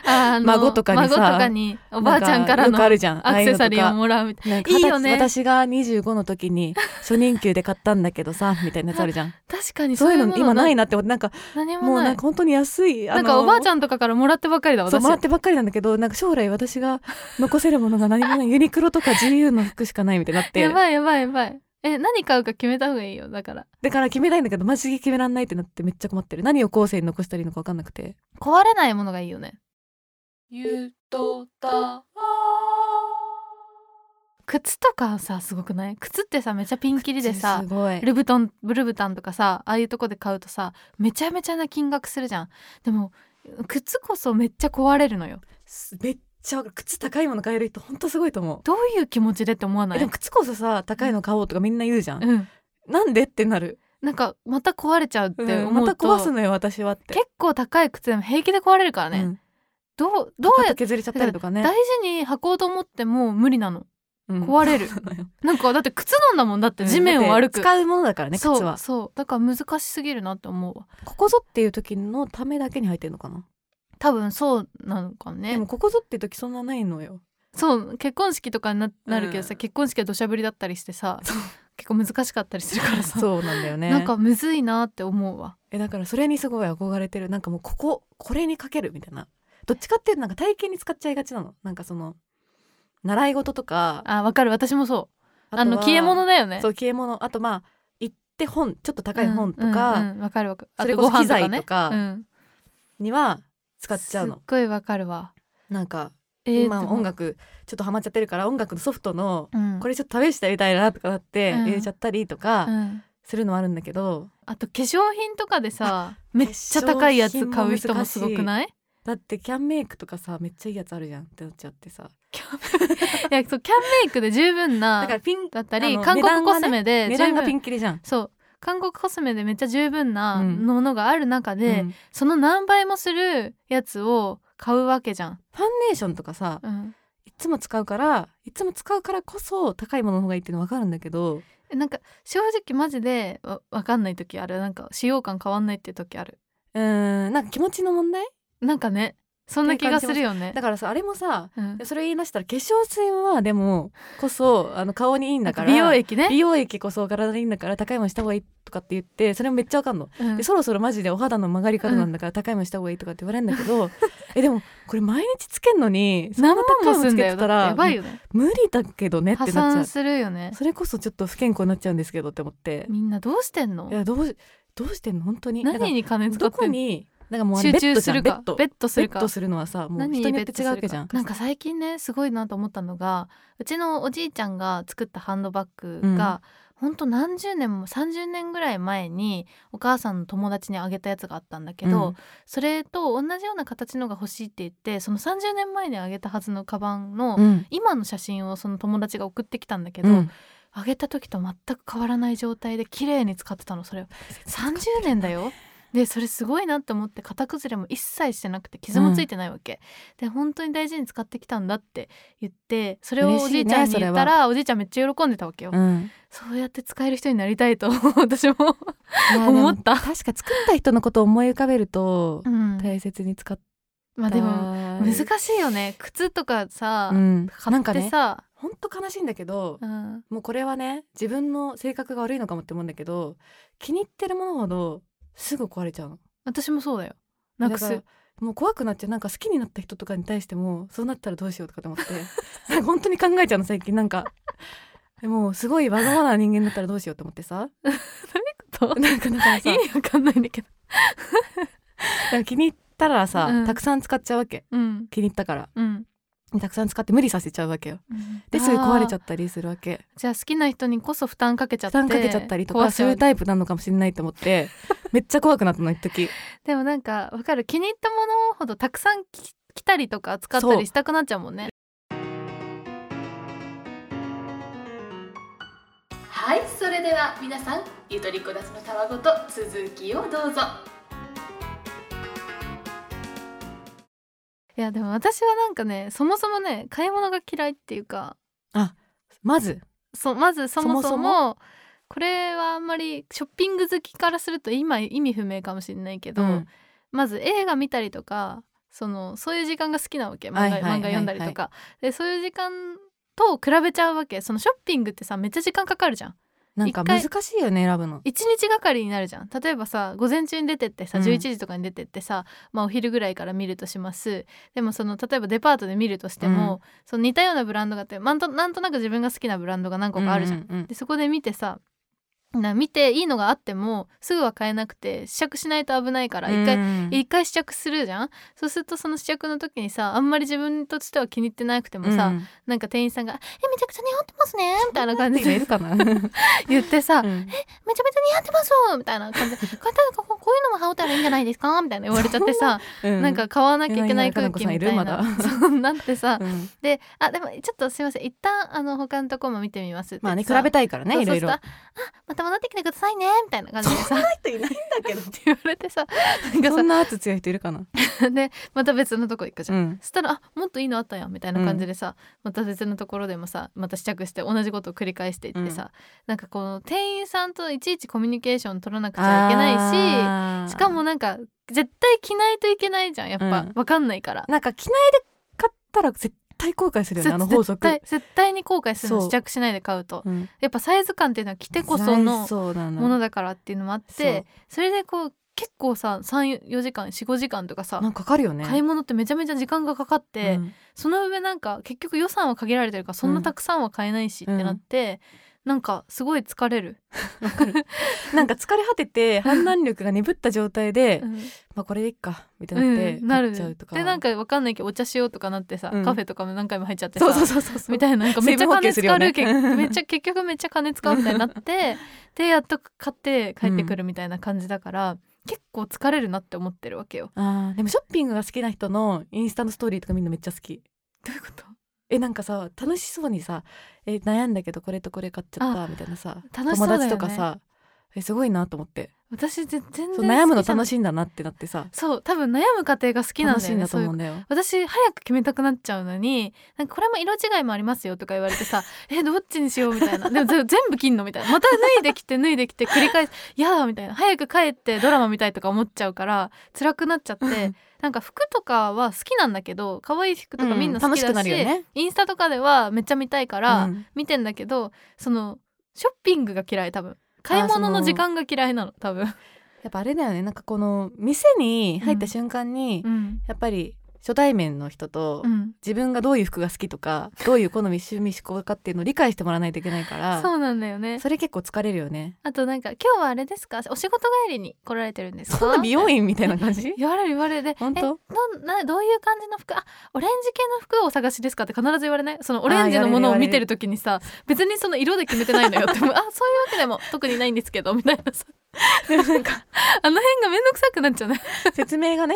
Speaker 2: ああの
Speaker 1: 孫とかにさ
Speaker 2: 孫とかにおばあちゃんから
Speaker 1: よくあ
Speaker 2: の
Speaker 1: るじゃん
Speaker 2: アクセサリー
Speaker 1: ああいうのとか
Speaker 2: をもらうみたい
Speaker 1: なんか
Speaker 2: いいよね
Speaker 1: 二十歳私が25の時に初任給で買ったんだけど さみたいなやつあるじゃん
Speaker 2: な確かに
Speaker 1: そういうの今ないい
Speaker 2: の
Speaker 1: なって思ってなんか
Speaker 2: 何も
Speaker 1: もう
Speaker 2: な
Speaker 1: なん
Speaker 2: い
Speaker 1: か本当に安い
Speaker 2: なんかおばあち
Speaker 1: ゃん
Speaker 2: ゃんとかからもらってばっかりだ
Speaker 1: そう
Speaker 2: 私
Speaker 1: もらってばっかりなんだけどなんか将来私が残せるものが何もないユニクロとか GU の服しかないみたいになって
Speaker 2: やばいやばいやばいえ何買うか決めた方がいいよだから
Speaker 1: だから決めたいんだけどマジで決めらんないってなってめっちゃ困ってる何を後世に残したらいいのか分かんなくて
Speaker 2: 壊れないものがいいよね
Speaker 3: ゆとた
Speaker 2: 靴とかさすごくない靴ってさめちゃピンキリでさ
Speaker 1: すごい
Speaker 2: ルブトンブルブタンとかさああいうとこで買うとさめちゃめちゃな金額するじゃんでも靴こそめっちゃ壊れるのよ
Speaker 1: すめっちゃわかる靴高いもの買える人本当すごいと思う
Speaker 2: どういう気持ちでって思わな
Speaker 1: え
Speaker 2: い
Speaker 1: でも靴こそさ高いの買おうとかみんな言うじゃん、
Speaker 2: うん
Speaker 1: なんでってなる、
Speaker 2: なんかまた壊れちゃうって思うと、
Speaker 1: うんまた壊すのよ私はって
Speaker 2: 結構高い靴でも平気で壊れるからね、
Speaker 1: うん
Speaker 2: どうどうや
Speaker 1: 肩
Speaker 2: って
Speaker 1: 削れちゃったりとかね
Speaker 2: 大事に履こうと思っても無理なの
Speaker 1: うん
Speaker 2: 壊れる
Speaker 1: そうなのよ
Speaker 2: なんかだって靴なんだもんだって地面を歩く、
Speaker 1: だって使うものだからね靴
Speaker 2: そう
Speaker 1: は
Speaker 2: そうだから難しすぎるなって思うわ
Speaker 1: ここぞっていう時のためだけに入ってるのかな
Speaker 2: 多分そうなのか
Speaker 1: で
Speaker 2: ね
Speaker 1: もここぞっていう時そんなないのよ
Speaker 2: そう結婚式とかにななるけどさ、
Speaker 1: うん
Speaker 2: 結婚式は土砂降りだったりしてさ
Speaker 1: そう
Speaker 2: 結構難しかったりするからさ、
Speaker 1: そうなんだよね
Speaker 2: なんかむずいなって思うわ
Speaker 1: えだからそれにすごい憧れてるなんかもうこここれにかけるみたいなどっちかっていうとなんか体験に使っちゃいがちなのなんかその習い事とか
Speaker 2: あわかる私もそう
Speaker 1: あ
Speaker 2: あの消え物
Speaker 1: ね
Speaker 2: だよね
Speaker 1: そう消え物あとまあ行って本ちょっと高い本と
Speaker 2: うんうん
Speaker 1: か
Speaker 2: うんわかるわかる
Speaker 1: そ
Speaker 2: あと
Speaker 1: れ
Speaker 2: ご
Speaker 1: こそ
Speaker 2: 飯
Speaker 1: 機
Speaker 2: とか
Speaker 1: 材
Speaker 2: ね
Speaker 1: とか
Speaker 2: うん
Speaker 1: には使っちゃうの、
Speaker 2: すっごいわかるわ
Speaker 1: なんか
Speaker 2: えー
Speaker 1: 今
Speaker 2: でも
Speaker 1: 音楽ちょっとハマっちゃってるから音楽のソフトの
Speaker 2: うん
Speaker 1: これちょっと試してみたいなとかなって
Speaker 2: うん
Speaker 1: 入れちゃったりとか
Speaker 2: うん
Speaker 1: するのはあるんだけど
Speaker 2: あと化粧品とかでさめっちゃ高いやつ買う人もすごくない
Speaker 1: だってキャンメイクとかさめっちゃいいやつあるじゃんってなっちゃってさ
Speaker 2: いやそうキャンメイクで十分
Speaker 1: だから
Speaker 2: な
Speaker 1: ピン
Speaker 2: だった
Speaker 1: あ
Speaker 2: り
Speaker 1: の
Speaker 2: 韓国コスメで
Speaker 1: 値
Speaker 2: 十
Speaker 1: 段がピ
Speaker 2: 分
Speaker 1: ンキリじゃん。
Speaker 2: そう韓国コスメでめっちゃ十分な
Speaker 1: うん
Speaker 2: ものがある中で、
Speaker 1: うん
Speaker 2: その何倍もするやつを買うわけじゃん、
Speaker 1: ファンデーションとかさ
Speaker 2: うん、
Speaker 1: いつも使うからいつも使うからこそ高いものの方がいいっていうの分かるんだけど
Speaker 2: えなんか正直マジでわわかんない時あるなんか使用感変わんないっていう時ある
Speaker 1: うーんなんか気持ちの問題
Speaker 2: なんかねそんな気がするよね
Speaker 1: だからさあれもさ
Speaker 2: うん
Speaker 1: それ言い出したら化粧水はでもこそあの顔にいいんだから
Speaker 2: 美容液ね、
Speaker 1: 美容液こそ体にいいんだから高いものした方がいいとかって言ってそれもめっちゃ分かんの。
Speaker 2: うん
Speaker 1: でそろそろマジでお肌の曲がり方なんだから高いものした方がいいとかって言われるんだけどえでもこれ毎日つけんのにそんな
Speaker 2: 何万
Speaker 1: 高い
Speaker 2: も
Speaker 1: もの
Speaker 2: すん
Speaker 1: つ
Speaker 2: だ
Speaker 1: け
Speaker 2: よ
Speaker 1: てた
Speaker 2: だってや
Speaker 1: ら
Speaker 2: ばいよね
Speaker 1: 無理だけどねってな
Speaker 2: 破
Speaker 1: っちゃう
Speaker 2: 産するよね
Speaker 1: それこそちょっと不健康になっちゃうんですけどって思って
Speaker 2: みんなどうしてんの
Speaker 1: いやどうしどうしてんの本当になんか
Speaker 2: 何に金使
Speaker 1: ど
Speaker 2: っ
Speaker 1: こ
Speaker 2: てんの
Speaker 1: になんかもうあれ
Speaker 2: 集
Speaker 1: ベッ
Speaker 2: 中
Speaker 1: ドじ
Speaker 2: す
Speaker 1: ゃん
Speaker 2: る
Speaker 1: ベ
Speaker 2: か
Speaker 1: ッド
Speaker 2: ベッドす
Speaker 1: ベ
Speaker 2: る
Speaker 1: ッ
Speaker 2: か
Speaker 1: ドするのはさもう
Speaker 2: 何
Speaker 1: 人に
Speaker 2: にベ
Speaker 1: よっ
Speaker 2: ッ
Speaker 1: て違う
Speaker 2: ドす
Speaker 1: わ
Speaker 2: る
Speaker 1: けじ
Speaker 2: か
Speaker 1: ゃん
Speaker 2: なんか最近ねすごいなと思ったのがうちのおじいちゃんが作ったハンドバッグが、ほんと何十年も30年ぐらい前にお母さんの友達にあげたやつがあったんだけど、
Speaker 1: うん
Speaker 2: それと同じような形のが欲しいって言ってその30年前にあげたはずのカバンの、
Speaker 1: うん
Speaker 2: 今の写真をその友達が送ってきたんだけ
Speaker 1: う
Speaker 2: ど、
Speaker 1: ん
Speaker 2: あげた時と全く変わらない状態で綺麗に使ってたのそれを30年だよでそれすごいなって思って型崩れも一切してなくて傷もついてないわけ、で本当に大事に使ってきたんだって言ってそれを
Speaker 1: 嬉しいね
Speaker 2: おじいちゃんに言ったら、おじいちゃんめっちゃ喜んでたわけよ、
Speaker 1: うん
Speaker 2: そうやって使える人になりたいと 私も
Speaker 1: い や
Speaker 2: 思った
Speaker 1: でも確か作った人のことを思い浮かべると
Speaker 2: うん
Speaker 1: 大切に使っ
Speaker 2: ま
Speaker 1: た
Speaker 2: あでも難しいよね靴とかさ、
Speaker 1: うん
Speaker 2: 買
Speaker 1: なん
Speaker 2: っ
Speaker 1: か
Speaker 2: て
Speaker 1: ね
Speaker 2: さ、
Speaker 1: 本当悲しいんだけど
Speaker 2: うん
Speaker 1: もうこれはね自分の性格が悪いのかもって思うんだけど気に入ってるものほどすぐ壊れちゃうの
Speaker 2: 私もそうだよなく
Speaker 1: だか
Speaker 2: す
Speaker 1: らもう怖くなっちゃうなんか好きになった人とかに対してもそうなったらどうしようとかと思って なんか本当に考えちゃうの最近なんか でもすごいわがままな人間だったらどうしようと思って さ
Speaker 2: と
Speaker 1: なんかだからさ
Speaker 2: 意味わかんないんだけど。
Speaker 1: なんか気に入ったらさ、
Speaker 2: うん
Speaker 1: たくさん使っちゃうわけ
Speaker 2: うん。
Speaker 1: 気に入ったから
Speaker 2: うん。
Speaker 1: たくさん使って無理させちゃうわけよですぐ壊れちゃったりするわけ
Speaker 2: じゃあ好きな人にこそ負担かけちゃって
Speaker 1: 負担かけちゃったりとか
Speaker 2: 壊しち
Speaker 1: そ
Speaker 2: ゃ
Speaker 1: う
Speaker 2: う
Speaker 1: いうタイプなのかもしれないと思って めっちゃ怖くなったの一時
Speaker 2: でもなんかわかる気に入ったものほどたくさんき来たりとか使った
Speaker 1: そう
Speaker 2: りしたくなっちゃうもんね
Speaker 3: はいそれでは皆さんゆとりこだつのたわごと続きをどうぞ
Speaker 2: いやでも私はなんかねそもそもね買い物が嫌いっていうか
Speaker 1: まず
Speaker 2: そまずそも
Speaker 1: そ
Speaker 2: そも
Speaker 1: もそ
Speaker 2: これはあんまりショッピング好きからすると今意味不明かもしれないけど、
Speaker 1: うん
Speaker 2: まず映画見たりとかそのそういう時間が好きなわけ漫画,、
Speaker 1: はいはいはいはい
Speaker 2: 漫画読んだりとかでそういう時間と比べちゃうわけそのショッピングってさめっちゃ時間かかるじゃん
Speaker 1: なんか
Speaker 2: 一回
Speaker 1: 難しいよね選ぶの
Speaker 2: 一日がかりになるじゃん例えばさ午前中に出てってさ
Speaker 1: うん
Speaker 2: 11時とかに出てってさ、まあ、お昼ぐらいから見るとしますでもその例えばデパートで見るとしても、
Speaker 1: う
Speaker 2: その似たようなブランドがあってなんとなんとなく自分が好きなブランドが何個かあるじゃん。
Speaker 1: うんうんうん
Speaker 2: でそこで見てさな見ていいのがあってもすぐは買えなくて試着しないと危ないから一回、
Speaker 1: うん
Speaker 2: 一回試着するじゃんそうするとその試着の時にさあんまり自分としては気に入ってなくてもさ、
Speaker 1: うん
Speaker 2: なんか店員さんが「えめちゃくちゃ似合ってますね」みたいな感じ
Speaker 1: 今い
Speaker 2: で
Speaker 1: るかな
Speaker 2: 言ってさ
Speaker 1: うん
Speaker 2: めちゃめちゃ似合ってますよみたいな感じでこうやってこうこういうのも羽織ったらいいんじゃないですかみたいな言われちゃってさ
Speaker 1: う
Speaker 2: なんか買わなきゃいけない空気みたい
Speaker 1: いやいや
Speaker 2: な
Speaker 1: かなこさんいる
Speaker 2: そうなってさ
Speaker 1: うん
Speaker 2: であでもちょっとすいません一旦あの他のとこも見てみます
Speaker 1: まあね比
Speaker 2: さ
Speaker 1: べたいから
Speaker 2: そう
Speaker 1: ねい
Speaker 2: そ
Speaker 1: ろ
Speaker 2: う
Speaker 1: いろ
Speaker 2: そうあまた戻ってきてくださいねみたいな感じでさって
Speaker 1: 人いないんだけど
Speaker 2: 言われてさなん
Speaker 1: そ
Speaker 2: か
Speaker 1: んな圧強い人いるかな
Speaker 2: さでまた別のとこ行くじ
Speaker 1: う
Speaker 2: ゃん。
Speaker 1: ん
Speaker 2: そしたらあもっといいのあったやんみたいな感じでさ、また別のところでもさまた試着して同じことを繰り返していってさ、なんかこの店員さんといちいちコミュニケーション取らなくちゃいけないし
Speaker 1: ない
Speaker 2: しかもなんか絶対着ないといけないじゃんやっぱ、
Speaker 1: うん
Speaker 2: わかんないから。
Speaker 1: なんか着ないで買ったら絶対後悔するよねあの法
Speaker 2: 絶
Speaker 1: 則
Speaker 2: 対絶対に後悔するの
Speaker 1: そう
Speaker 2: 試着しないで買うと
Speaker 1: うん
Speaker 2: やっぱサイズ感っていうのは着てこその
Speaker 1: そうな
Speaker 2: もの
Speaker 1: の
Speaker 2: だからっていうのもあっ
Speaker 1: そ
Speaker 2: て
Speaker 1: う
Speaker 2: それでこう結構さ34時間45時間とかさ
Speaker 1: なんかかかるよね
Speaker 2: 買い物ってめちゃめちゃ時間がかかって、
Speaker 1: うん
Speaker 2: その上なんか結局予算は限られてるからそんなたくさんは買えないしってなって、なんかすごい疲れる。
Speaker 1: なんか疲れ果てて判断力が鈍った状態で
Speaker 2: うん
Speaker 1: まあこれでいっかみたいになって
Speaker 2: うんな
Speaker 1: 買っ
Speaker 2: る
Speaker 1: ちゃうとか
Speaker 2: でなんかわかんないけどお茶しようとかなってさ、
Speaker 1: うん
Speaker 2: カフェとかも何回も入っちゃってさ
Speaker 1: そうそうそうそうそう
Speaker 2: みたいななんかめっちゃ金
Speaker 1: 水
Speaker 2: 使う
Speaker 1: 分補給す
Speaker 2: け
Speaker 1: るよね
Speaker 2: めっちゃ結局めっちゃ金使うみたいに なってでやっと買って帰ってくるみたいな感じだから、結構疲れるなって思ってるわけよ。
Speaker 1: あーでもショッピングが好きな人のインスタのストーリーとかみんなめっちゃ好き
Speaker 2: どういうこと
Speaker 1: えなんかさ楽しそうにさえ悩んだけどこれとこれ買っちゃったみたいなさ
Speaker 2: 楽しそうだよ
Speaker 1: 友達
Speaker 2: ね
Speaker 1: とかさえすごいなと思って
Speaker 2: 私ぜ全
Speaker 1: そう
Speaker 2: 然
Speaker 1: 悩むの楽
Speaker 2: い
Speaker 1: しいんだなってなってさ
Speaker 2: そう多分悩む過程が好きなん
Speaker 1: 楽
Speaker 2: だ
Speaker 1: しい
Speaker 2: よ
Speaker 1: ん
Speaker 2: ね
Speaker 1: だと
Speaker 2: そうい
Speaker 1: 思う
Speaker 2: うん
Speaker 1: だよ
Speaker 2: 私早く決めたくなっちゃうのになんかこれも色違いもありますよとか言われてさ 「えどっちにしよう」みたいな「でもぜ全部切んの?」みたいなまた脱いできて脱いできて繰り返す「やだ」みたいな早く帰ってドラマ見たいとか思っちゃうから辛くなっちゃってなんか服とかは好きなんだけど可愛い服とかみんな好きだし、
Speaker 1: うん楽しくなるよね
Speaker 2: インスタとかではめっちゃ見たいから
Speaker 1: うん
Speaker 2: 見てんだけど、そのショッピングが嫌い多分買い物の時間が嫌いなの多分。
Speaker 1: やっぱあれだよねなんかこの店に入った瞬間に、
Speaker 2: うん
Speaker 1: やっぱり初対面の人と、
Speaker 2: うん
Speaker 1: 自分がどういう服が好きと かどういう好み趣味思考かっていうのを理解してもらわないといけないから
Speaker 2: そうなんだよね
Speaker 1: それ結構疲れるよね
Speaker 2: あとなんか今日はあれですかお仕事帰りに来られてるんですか
Speaker 1: そんな美容院みたいな感じ
Speaker 2: 言われる言われるで
Speaker 1: 本当
Speaker 2: えどんなどういう感じの服あオレンジ系の服をお探しですかって必ず言われないそのオレンジのものを見てる時にさ別にその色で決めてないのよ ってあそういうわけでも特にないんですけどみたいなさ
Speaker 1: なんか
Speaker 2: あの辺が面倒くさくなっ ちゃうね
Speaker 1: 説明がね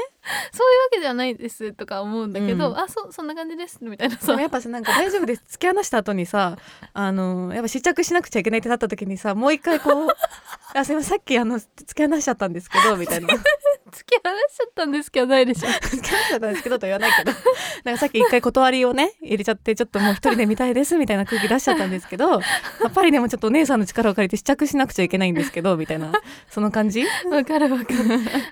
Speaker 2: そういうわけではないですとか思うんだけど、
Speaker 1: うん
Speaker 2: あそうそんな感じですみたいな
Speaker 1: で
Speaker 2: さ
Speaker 1: もやっぱさなんか大丈夫です突き放した後にさあのやっぱ試着しなくちゃいけないってなった時にさもう一回こう「あすいませんさっきあの突き放しちゃったんですけど」みたいな「
Speaker 2: 突き放しちゃったんですけどないでしょ
Speaker 1: 突き放しちゃったんですけど」とは言わないけどなんかさっき一回断りをね入れちゃってちょっともう一人で見たいですみたいな空気出しちゃったんですけどやっぱりでもちょっとお姉さんの力を借りて試着しなくちゃいけないんですけどみたいなその感じ
Speaker 2: わかるわかる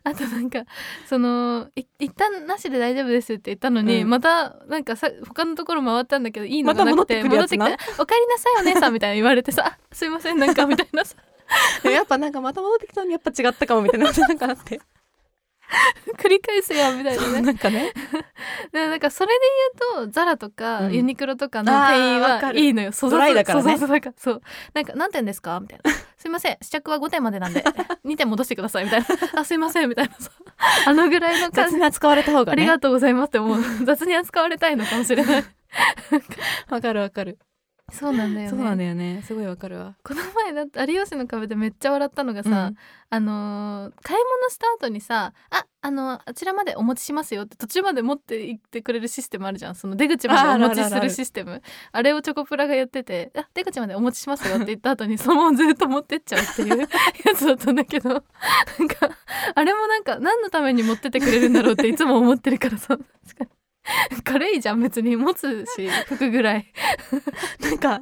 Speaker 2: あとなんかそのい一旦なしで大丈夫ですって言ったのに、
Speaker 1: うん
Speaker 2: またなんかさ他のところ回ったんだけどいいのがなく
Speaker 1: また
Speaker 2: て
Speaker 1: 戻ってくるやつな
Speaker 2: 戻ってきてお帰りなさいお姉さん」みたいな言われ てさ「すいませんなんか」みたいなさ
Speaker 1: でもやっぱなんかまた戻ってきたのにやっぱ違ったかもみたいなことなんかあって
Speaker 2: 繰り返すやんみたい
Speaker 1: そう
Speaker 2: な
Speaker 1: な
Speaker 2: ね
Speaker 1: んかね
Speaker 2: でもなんかそれで言うとザラとか
Speaker 1: うん
Speaker 2: ユニクロとかの店員
Speaker 1: あーわか
Speaker 2: は
Speaker 1: る
Speaker 2: いいのよ素
Speaker 1: ドライだからね
Speaker 2: そうそうそうそうなんか何点ですかみたいな「すいません試着は5点までなんで2点戻してください」みたいな「あすいません」みたいな そうあのぐらいの感
Speaker 1: 雑
Speaker 2: じ
Speaker 1: に扱われた方が
Speaker 2: あり
Speaker 1: ね
Speaker 2: がとうございますって思 う雑に扱われたいのかもしれない
Speaker 1: わかるわかる
Speaker 2: そうなんだよね
Speaker 1: そうなんだよねすごいわかるわ
Speaker 2: この前だって「有吉の壁」でめっちゃ笑ったのがさ、
Speaker 1: うん
Speaker 2: あのー買い物した後にさ「ああのーあちらまでお持ちしますよ」って途中まで持って行ってくれるシステムあるじゃんその出口まで
Speaker 1: ああ
Speaker 2: お
Speaker 1: るある
Speaker 2: 持ち
Speaker 1: あ
Speaker 2: す
Speaker 1: るあ
Speaker 2: る
Speaker 1: る
Speaker 2: システムあれをチョコプラがやってて「あ出口までお持ちしますよ」って言った後にそのままずっと持ってっちゃうっていう やつだったんだけどなんかあれもなんか何のために持ってってくれるんだろうっていつも思ってるからさ軽いじゃん別に持つし服ぐらい
Speaker 1: なんか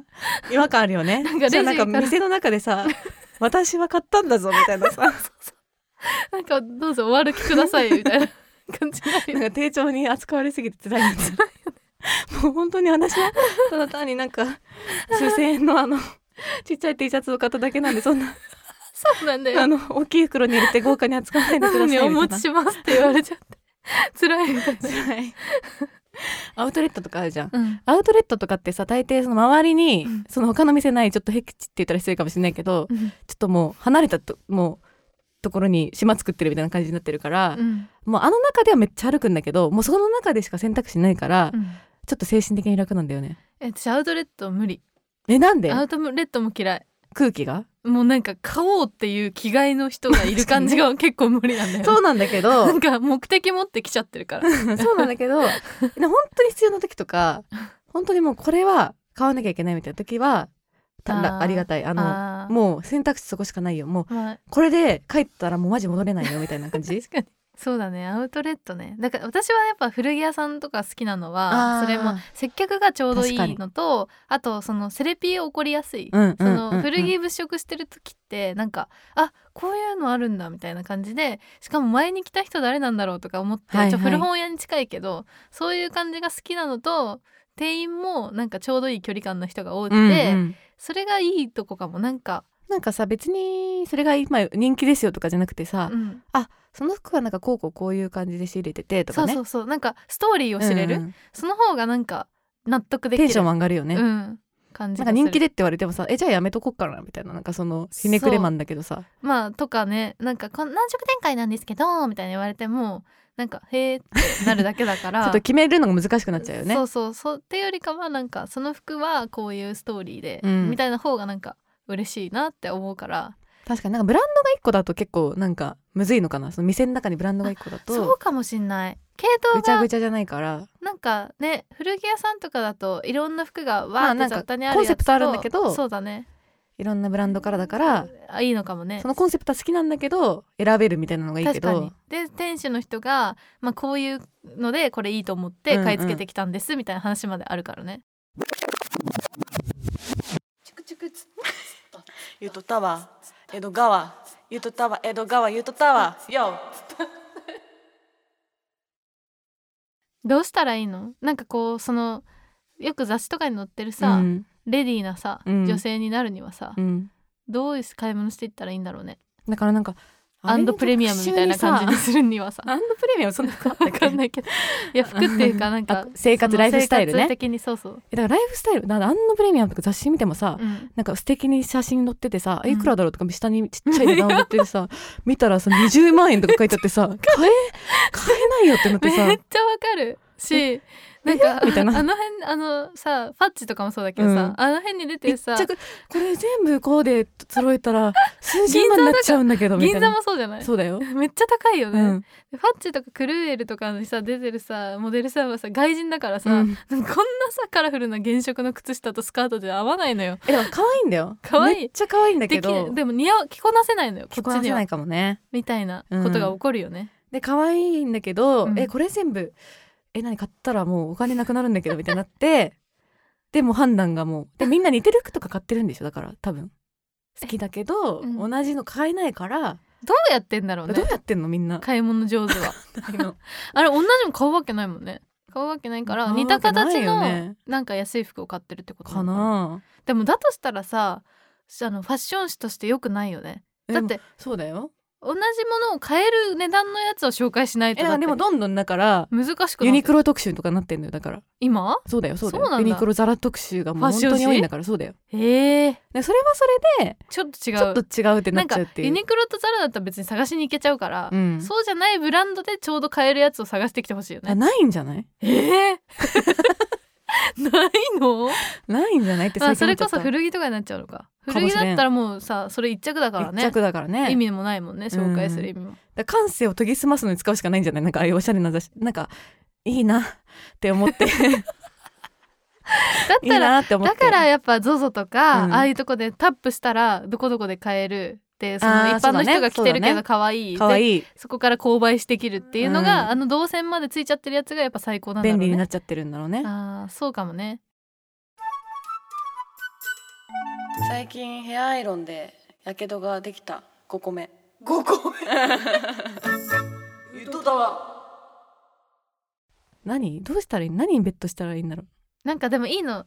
Speaker 1: 違和感あるよね。
Speaker 2: なんかレジ
Speaker 1: じ ゃあなんか
Speaker 2: から
Speaker 1: 店の中で さ、私は買ったんだぞみたいなさ、
Speaker 2: なんかどうぞお歩きくださいみたいな感じになるよ
Speaker 1: なんか丁重に扱われすぎて辛いんですよ。もう本当に私はただ単になんか数千円のあのちっちゃい T シャツを買っただけなんでそんな
Speaker 2: そうなんだよ
Speaker 1: あの大きい袋に入れて豪華に扱わないで
Speaker 2: な
Speaker 1: くださ
Speaker 2: のに
Speaker 1: い
Speaker 2: お
Speaker 1: み
Speaker 2: 持
Speaker 1: た
Speaker 2: ち
Speaker 1: いな。
Speaker 2: しますって言われちゃって。辛いみたいな。
Speaker 1: 辛い。アウトレットとかあるじゃん。
Speaker 2: うん。
Speaker 1: アウトレットとかってさ大抵その周りに
Speaker 2: うん
Speaker 1: その他の店ないちょっと僻地って言ったら失礼かもしれないけどちょっともう離れたともうところに島作ってるみたいな感じになってるから、
Speaker 2: うん。
Speaker 1: もうあの中ではめっちゃ歩くんだけどもうその中でしか選択肢ないから、
Speaker 2: うん。
Speaker 1: ちょっと精神的に楽なんだよね
Speaker 2: え、私アウトレット無理。
Speaker 1: えなんで
Speaker 2: アウトレットも嫌い。
Speaker 1: 空気が
Speaker 2: もうなんか買おうっていう気概の人がいる感じ が結構無理なんだよね。
Speaker 1: そうなんだけど
Speaker 2: なんか目的持ってきちゃってるから。
Speaker 1: そうなんだけどで本当に必要な時とか本当にもうこれは買わなきゃいけないみたいな時はた
Speaker 2: あ
Speaker 1: ら
Speaker 2: ー
Speaker 1: ありがたいあの
Speaker 2: あー
Speaker 1: もう選択肢そこしかないよもう
Speaker 2: まあ、
Speaker 1: これで帰ったらもうマジ戻れないよみたいな感 じ
Speaker 2: 確かに。そうだねアウトレットねだから私はやっぱ古着屋さんとか好きなのは
Speaker 1: あー
Speaker 2: それも接客がちょうどいいのとあとそのセレピー起こりやすい、
Speaker 1: うん
Speaker 2: その古
Speaker 1: うん
Speaker 2: 着物色してる時ってなんかあこういうのあるんだみたいな感じでしかも前に来た人誰なんだろうとか思って、
Speaker 1: はいはい
Speaker 2: ちょ古本屋に近いけどそういう感じが好きなのと店員もなんかちょうどいい距離感の人が多くて、
Speaker 1: うんうん
Speaker 2: それがいいとこかもなんか、
Speaker 1: なんかさ別にそれが今人気ですよとかじゃなくてさ、
Speaker 2: うん
Speaker 1: その服はなんかこうこうこういう感じで仕入れててと
Speaker 2: そ
Speaker 1: か
Speaker 2: う
Speaker 1: ね
Speaker 2: そうそうなんかストーリー
Speaker 1: う
Speaker 2: を
Speaker 1: ん
Speaker 2: 知れる、
Speaker 1: うん
Speaker 2: その方がなんか納得でき
Speaker 1: テ
Speaker 2: る
Speaker 1: ンションも上がるよね、
Speaker 2: うん、感じ
Speaker 1: なん
Speaker 2: が
Speaker 1: か
Speaker 2: する
Speaker 1: 人気でって言われてもさえじゃあやめとこっかなみたいななんかそのひねくれマンだけどさ
Speaker 2: まあとかねなんかこん何色展開なんですけどみたいに言われてもなんかへえってなるだけだ か
Speaker 1: ち
Speaker 2: ら
Speaker 1: ょっと決めるのが難しくなっちゃうよね
Speaker 2: そうそうそうっていうよりかはなんかその服はこういうストーリーで、
Speaker 1: うん
Speaker 2: みたいな方がなんか嬉しいなって思うから
Speaker 1: 確かになんかブランドが一個だと結構なんかむずいのかなその店の中にブランドが一個だ
Speaker 2: そう
Speaker 1: と
Speaker 2: かもしんない系
Speaker 1: ぐ
Speaker 2: 統
Speaker 1: ちゃ
Speaker 2: が
Speaker 1: ぐちゃじゃないから
Speaker 2: なんかね古着屋さんとかだといろんな服が
Speaker 1: ま
Speaker 2: わー
Speaker 1: あ
Speaker 2: っ
Speaker 1: なん
Speaker 2: て
Speaker 1: か
Speaker 2: 雑多にあるや
Speaker 1: コン
Speaker 2: つと、
Speaker 1: セプトあるんだけど
Speaker 2: そうだね
Speaker 1: いろんなブランドからだから
Speaker 2: あいいのかもね
Speaker 1: そのコンセプトは好きなんだけど選べるみたいなのがいいけ
Speaker 2: 確かに
Speaker 1: ど
Speaker 2: で店主の人が、まあ、こういうのでこれいいと思って買い付けてきたんですみたいな話まであるからね、
Speaker 4: チクチクつゆとたわ江戸川ゆとたわ江戸川ゆとたわよ
Speaker 2: どうしたらいいのなんかこうそのよく雑誌とかに載ってるさ、
Speaker 1: うん
Speaker 2: レディーなさ、
Speaker 1: うん
Speaker 2: 女性になるにはさ、
Speaker 1: うん
Speaker 2: どういう買い物していったらいいんだろうね
Speaker 1: だからなんか
Speaker 2: アンドプレミアムみたいな感じに
Speaker 1: じ
Speaker 2: するにはさ
Speaker 1: アンドプレミアムそんなことあ
Speaker 2: わ
Speaker 1: った
Speaker 2: か
Speaker 1: っけ
Speaker 2: んないけどいや服っていうかなん
Speaker 1: あ
Speaker 2: か
Speaker 1: 生活
Speaker 2: その
Speaker 1: ライフスタイルね
Speaker 2: 生活的にそうそう、
Speaker 1: えだからライフスタイルなんかアンドプレミアムとか雑誌見てもさ、
Speaker 2: うん
Speaker 1: なんか素敵に写真載っててさ、
Speaker 2: うん
Speaker 1: いくらだろうとか下にちっちゃい値段載ってて さ見たらさ20万円とか書いてあってさ買え買えないよってなって
Speaker 2: めっちゃ
Speaker 1: さ
Speaker 2: わかるしなんか
Speaker 1: みたいな
Speaker 2: あの辺あのさファッチとかもそうだけどさ、
Speaker 1: うん
Speaker 2: あの辺に出てる
Speaker 1: 一
Speaker 2: さ
Speaker 1: 着これ全部こうで揃えたら数十万になっちゃうんだけどみた
Speaker 2: 銀
Speaker 1: い
Speaker 2: 座
Speaker 1: な
Speaker 2: もそうじゃない
Speaker 1: そうだ よ、
Speaker 2: めっちゃ高いよ
Speaker 1: う
Speaker 2: ね、
Speaker 1: ん
Speaker 2: ファッチとかクルーエルとかにさ出てるさモデルさんはさ外人だからさ、
Speaker 1: うん
Speaker 2: こんなさカラフルな原色の靴下とスカートで合わないのよ
Speaker 1: えでも可愛いんだよ
Speaker 2: 可愛い
Speaker 1: めっちゃ可愛いんだ
Speaker 2: で
Speaker 1: け
Speaker 2: き
Speaker 1: ど
Speaker 2: でも似合う着こなせないのよこ
Speaker 1: 着
Speaker 2: っ
Speaker 1: こ
Speaker 2: ち
Speaker 1: なせ
Speaker 2: に
Speaker 1: な
Speaker 2: はい
Speaker 1: かもね
Speaker 2: みたいなことが起こるよね、
Speaker 1: で可愛いんだけど、
Speaker 2: うん
Speaker 1: えこれ全部え何買ったらもうお金なくなるんだけどみたいになってでもう判断がもうでみんな似てる服とか買ってるんでしょだから多分好きだけど、
Speaker 2: うん
Speaker 1: 同じの買えないから、
Speaker 2: どうやってんだろうね
Speaker 1: どうやってんのみんな
Speaker 2: 買い物上手はあれ同じの買うわけないもんね買うわけないから
Speaker 1: 買う
Speaker 2: 似
Speaker 1: わ
Speaker 2: た
Speaker 1: けない
Speaker 2: 形
Speaker 1: よね
Speaker 2: のなんか安い服を買ってるってこと
Speaker 1: か
Speaker 2: のな
Speaker 1: な
Speaker 2: でもだとしたらさあのファッション誌として良くないよね
Speaker 1: あ
Speaker 2: だって
Speaker 1: そうだよ
Speaker 2: 同じものを買える値段のやつを紹介しない
Speaker 1: え
Speaker 2: と
Speaker 1: だ
Speaker 2: だ
Speaker 1: か
Speaker 2: っ
Speaker 1: らで
Speaker 2: て
Speaker 1: もどんどんだから
Speaker 2: 難しくなって
Speaker 1: ユニクロ特集とかなってんのよだから
Speaker 2: 今
Speaker 1: そうだよそうだよ
Speaker 2: そうなん
Speaker 1: ユ
Speaker 2: だ
Speaker 1: ニクロザラ特集がもう
Speaker 2: ファッ
Speaker 1: 本
Speaker 2: ション
Speaker 1: 当
Speaker 2: 誌
Speaker 1: に多いんだからそうだよ
Speaker 2: ええ
Speaker 1: でそれはそれで
Speaker 2: ちょっと違う
Speaker 1: ちょっと違うってな
Speaker 2: な
Speaker 1: っ
Speaker 2: ん
Speaker 1: ちゃ
Speaker 2: か
Speaker 1: うってい
Speaker 2: ユ
Speaker 1: う
Speaker 2: ニクロとザラだったら別に探しに行けちゃうから、
Speaker 1: うん
Speaker 2: そうじゃないブランドでちょうど買えるやつを探してきてほしいよ
Speaker 1: あ
Speaker 2: ね
Speaker 1: ないんじゃない
Speaker 2: ええないの
Speaker 1: ないんじゃないって最近
Speaker 2: あそ
Speaker 1: 思
Speaker 2: れ
Speaker 1: っちゃ
Speaker 2: こ
Speaker 1: った
Speaker 2: そ古着とかになっちゃうのか
Speaker 1: かもしれ
Speaker 2: 古
Speaker 1: ん
Speaker 2: 着だったらもうさそれ一着だからね
Speaker 1: 一着だからね
Speaker 2: 意味もないもんね紹介する意味も、
Speaker 1: だから感性を研ぎ澄ますのに使うしかないんじゃないなんかああいうおしゃれな雑誌なんかいいなって思って
Speaker 2: だっ
Speaker 1: いい
Speaker 2: たら
Speaker 1: なって思って
Speaker 2: だからやっぱ ZOZO とか、
Speaker 1: うん
Speaker 2: ああいうとこでタップしたらどこどこで買えるでそ
Speaker 1: あ
Speaker 2: の
Speaker 1: ー
Speaker 2: 一般の人が着て
Speaker 1: そうだねそう
Speaker 2: る
Speaker 1: だね
Speaker 2: けど可愛い
Speaker 1: 可
Speaker 2: で
Speaker 1: 愛い
Speaker 2: そこから購買してきるっていうのが、
Speaker 1: うん
Speaker 2: あの動線までついちゃってるやつがやっぱ最高なんだろう
Speaker 1: 便
Speaker 2: ね
Speaker 1: 利になっちゃってるんだろうね
Speaker 2: あーそうかもね
Speaker 4: 最近ヘアアイロンでやけどができた5個目
Speaker 3: 5個 目
Speaker 4: ゆとたわ
Speaker 1: 何どうしたらいい何にベットしたらいいんだろう
Speaker 2: なんかでもいいのあ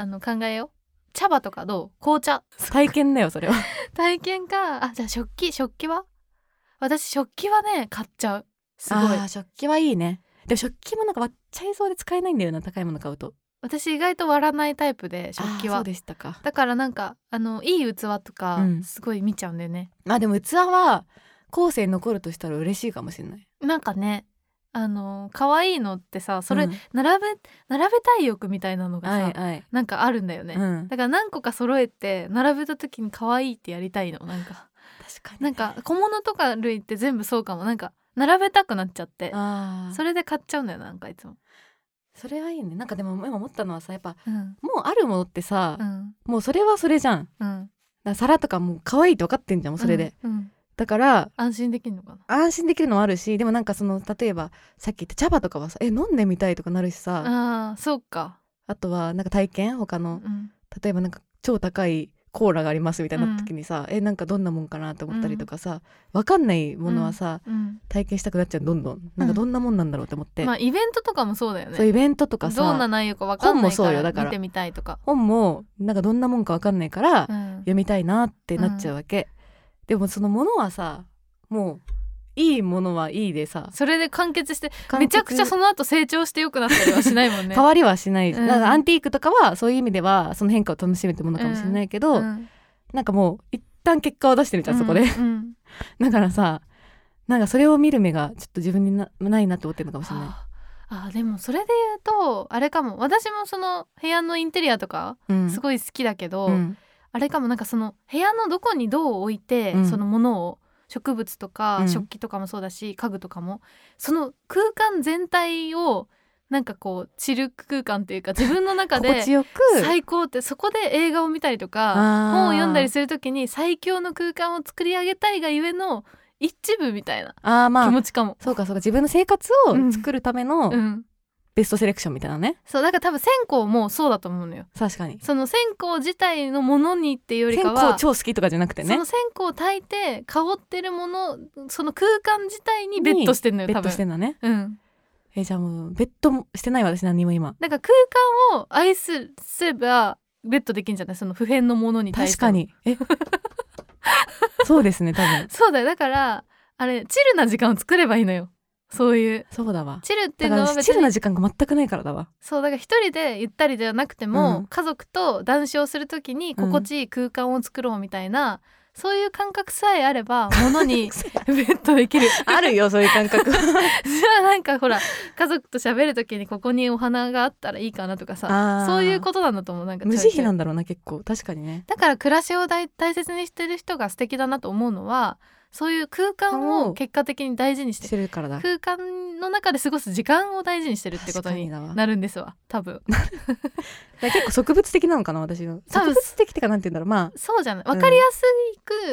Speaker 2: あの考えよう茶葉とかどう紅茶
Speaker 1: 体験だよ それは
Speaker 2: 体験かあじゃあ食器食器は私食器はね買っちゃうすごい
Speaker 1: あー食器はいいねでも食器もなんか割っちゃいそうで使えないんだよな高いもの買うと
Speaker 2: 私意外と割らないタイプで食器
Speaker 1: あーそ
Speaker 2: は
Speaker 1: うでしたか
Speaker 2: だからなんかあのいい器とか
Speaker 1: うん
Speaker 2: すごい見ちゃうんだよね、
Speaker 1: まあでも器は後世に残るとしたら嬉しいかもしれない
Speaker 2: なんかねあの可愛いのってさそれ
Speaker 1: うん
Speaker 2: 並べ、並べたい欲みたいなのがさ、
Speaker 1: はいはい
Speaker 2: なんかあるんだよね、
Speaker 1: うん
Speaker 2: だから何個か揃えて並べた時に可愛いってやりたいのなんか
Speaker 1: 確かに
Speaker 2: なんか小物とか類って全部そうかもなんか並べたくなっちゃって
Speaker 1: ああ
Speaker 2: それで買っちゃうんだよななんかいつも
Speaker 1: それはいいねなんかでも今思ったのはさやっぱ
Speaker 2: うん
Speaker 1: もうあるものってさ、
Speaker 2: うん
Speaker 1: もうそれはそれじゃんだか
Speaker 2: うん
Speaker 1: ら皿とかもう可愛いと分かってんじゃんもうそれで、、
Speaker 2: うんうん
Speaker 1: だから
Speaker 2: 安心できるのか
Speaker 1: 安心できるのもあるしでもなんかその例えばさっき言った茶葉とかはさえ飲んでみたいとかなるしさ、
Speaker 2: なあーそうか
Speaker 1: あとはなんか体験他
Speaker 2: う
Speaker 1: の
Speaker 2: ん
Speaker 1: 例えばなんか超高いコーラがありますみたいな時にさ、えなんかどんなもんかなと思ったりとかさ、わかんないものはさ、
Speaker 2: うん
Speaker 1: 体験したくなっちゃうどんどんなんかどんなもんなんだろうって思って、
Speaker 2: まあイベントとかもそうだよね
Speaker 1: そうイベントとかさ
Speaker 2: どんな内容かわかんない
Speaker 1: 本もそうよ
Speaker 2: か
Speaker 1: だからら
Speaker 2: 見てみたいとか
Speaker 1: 本もなんかどんなもんかわかんないから、
Speaker 2: うん
Speaker 1: 読みたいなってなっちゃうわけ、でもそのものはさもういいものはいいでさ
Speaker 2: それで完結して
Speaker 1: 完
Speaker 2: め
Speaker 1: 結
Speaker 2: ちゃくちゃその後成長して良くなったりはしないもんね
Speaker 1: 変わりはしない、
Speaker 2: うん
Speaker 1: だからアンティークとかはそういう意味ではその変化を楽しめてものかもしれないけど、
Speaker 2: うん
Speaker 1: なんかもう一旦結果を出してるじゃん、そこで
Speaker 2: うんうん
Speaker 1: だからさなんかそれを見る目がちょっと自分になないなって思ってるのかもしれない。
Speaker 2: あーあーでもそれで言うとあれかも私もその部屋のインテリアとか
Speaker 1: うん、
Speaker 2: すごい好きだけど、
Speaker 1: うん
Speaker 2: あれかもなんかその部屋のどこにどう置いて、
Speaker 1: うん
Speaker 2: そのものを植物と
Speaker 1: う
Speaker 2: か
Speaker 1: ん
Speaker 2: 食器とかもそうだし、家具とかもその空間全体をなんかこう散る空間というか自分の中
Speaker 1: 心
Speaker 2: で
Speaker 1: 地よく
Speaker 2: 最高ってそこで映画を見たりとか
Speaker 1: あー
Speaker 2: 本を読んだりする時に最強の空間を作り上げたいがゆえの一部みたいな
Speaker 1: あーま
Speaker 2: 気
Speaker 1: あ
Speaker 2: 持ちかも。
Speaker 1: そうかそうか自分の生活を作るための
Speaker 2: うん、
Speaker 1: ベストセレクションみたいなね、
Speaker 2: そうだから多分線香もそうだと思うのよ。
Speaker 1: 確かに。
Speaker 2: その線香自体のものにっていうより
Speaker 1: 線
Speaker 2: か
Speaker 1: 香
Speaker 2: は
Speaker 1: 超好きとかじゃなくて
Speaker 2: そ
Speaker 1: ね
Speaker 2: の線香を焚いて香ってるものその空間自体にベッドしてんのよ
Speaker 1: ベ
Speaker 2: 多
Speaker 1: ッド
Speaker 2: 分
Speaker 1: してんだね。
Speaker 2: うん、
Speaker 1: えじゃあもうベッドもしてない私何も今
Speaker 2: なんか空間を愛すすればベッドできんじゃないその普遍のものに対し
Speaker 1: 確
Speaker 2: て
Speaker 1: かに えそうですね多分
Speaker 2: そうだよだからあれチルな時間を作ればいいのよそういう
Speaker 1: そうだわ
Speaker 2: チルってい
Speaker 1: だか
Speaker 2: うの
Speaker 1: ら
Speaker 2: は
Speaker 1: 私
Speaker 2: 別
Speaker 1: チル
Speaker 2: に
Speaker 1: な時間が全くないからだわ
Speaker 2: そうだから一人でゆったりではなくても、
Speaker 1: うん
Speaker 2: 家族と談笑するときに心地いい空間を作ろうみたいな、そういう感覚さえあれ ばものにベッドできる
Speaker 1: あるよそういう感 覚
Speaker 2: じゃあなんかほら家族と喋る時にここにお花があったらいいかなとか
Speaker 1: あー
Speaker 2: さそういうことなんだと思うなんか
Speaker 1: 無慈悲なん
Speaker 2: だ
Speaker 1: んだろうな結構確かにね
Speaker 2: だから暮らしを大大切にしてる人が素敵だなと思うのはそういう空間
Speaker 1: お
Speaker 2: を
Speaker 1: ー
Speaker 2: 結果的に大事にし
Speaker 1: しててるからだ
Speaker 2: 空間の中で過ごす時間を大事にしてるってこと
Speaker 1: 確か
Speaker 2: に
Speaker 1: にだわ
Speaker 2: なるんですわ多分
Speaker 1: だから結構植物的なのかな私の
Speaker 2: 多
Speaker 1: 植
Speaker 2: 分
Speaker 1: 物的ってかなんて言うんだろうま
Speaker 2: そうじゃない分かりやす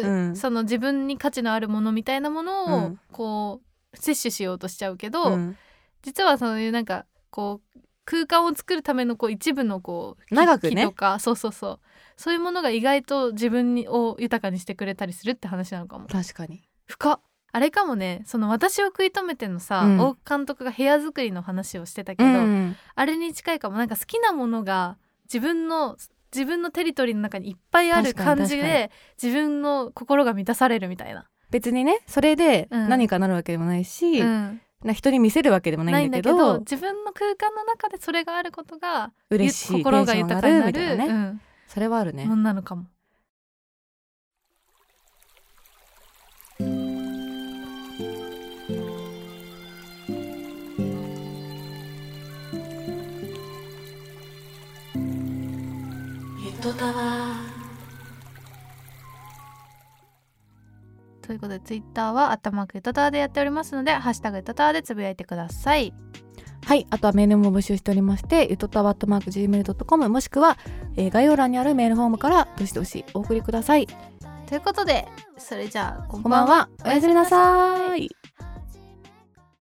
Speaker 2: く、
Speaker 1: うん
Speaker 2: その自分に価値のあるものみたいなもの
Speaker 1: う
Speaker 2: を
Speaker 1: ん
Speaker 2: こう摂取しようとしちゃうけ
Speaker 1: あ、
Speaker 2: ど、
Speaker 1: うん
Speaker 2: 実はそういうなんかこう空間を作るためのこう一部のこう
Speaker 1: 長くね
Speaker 2: 木とかそうそうそうそういうものが意外と自分にを豊かにしてくれたりするって話なのかも
Speaker 1: 確かに
Speaker 2: 深っあれかもねその私を食い止めてのさ、
Speaker 1: うん
Speaker 2: 大監督が部屋作りの話をしてたけど、
Speaker 1: うん
Speaker 2: あれに近いかもなんか好きなものが自分の自分のテリトリーの中にいっぱいある
Speaker 1: 確かに
Speaker 2: 感じで自分の心が満たされるみたいな
Speaker 1: 別にねそれで
Speaker 2: うん
Speaker 1: 何かなるわけでもないし、
Speaker 2: うん
Speaker 1: な人に見せるわけでもな
Speaker 2: ないい
Speaker 1: ん
Speaker 2: ん
Speaker 1: だ
Speaker 2: だ
Speaker 1: け
Speaker 2: け
Speaker 1: ど
Speaker 2: ど自分の空間の中でそれがあることが
Speaker 1: 嬉しい
Speaker 2: ゆ心が
Speaker 1: テンション
Speaker 2: 豊かにな
Speaker 1: 上が
Speaker 2: る
Speaker 1: みたいなね、それはある
Speaker 2: う
Speaker 1: ね、
Speaker 2: ん、もんなのかも。
Speaker 4: ゆとたわ
Speaker 2: ということでツイッターは頭くゆたたわでやっておりますので「ハッシュタグゆたたわ」でつぶやいてください。
Speaker 1: はいあとはメールも募集しておりましてゆとたわっとマーク Gmail.com もしくは、えー概要欄にあるメールフォームからどしどしお送りください
Speaker 2: ということでそれじゃあこん
Speaker 1: こんばんはおやすみなさーい
Speaker 2: い。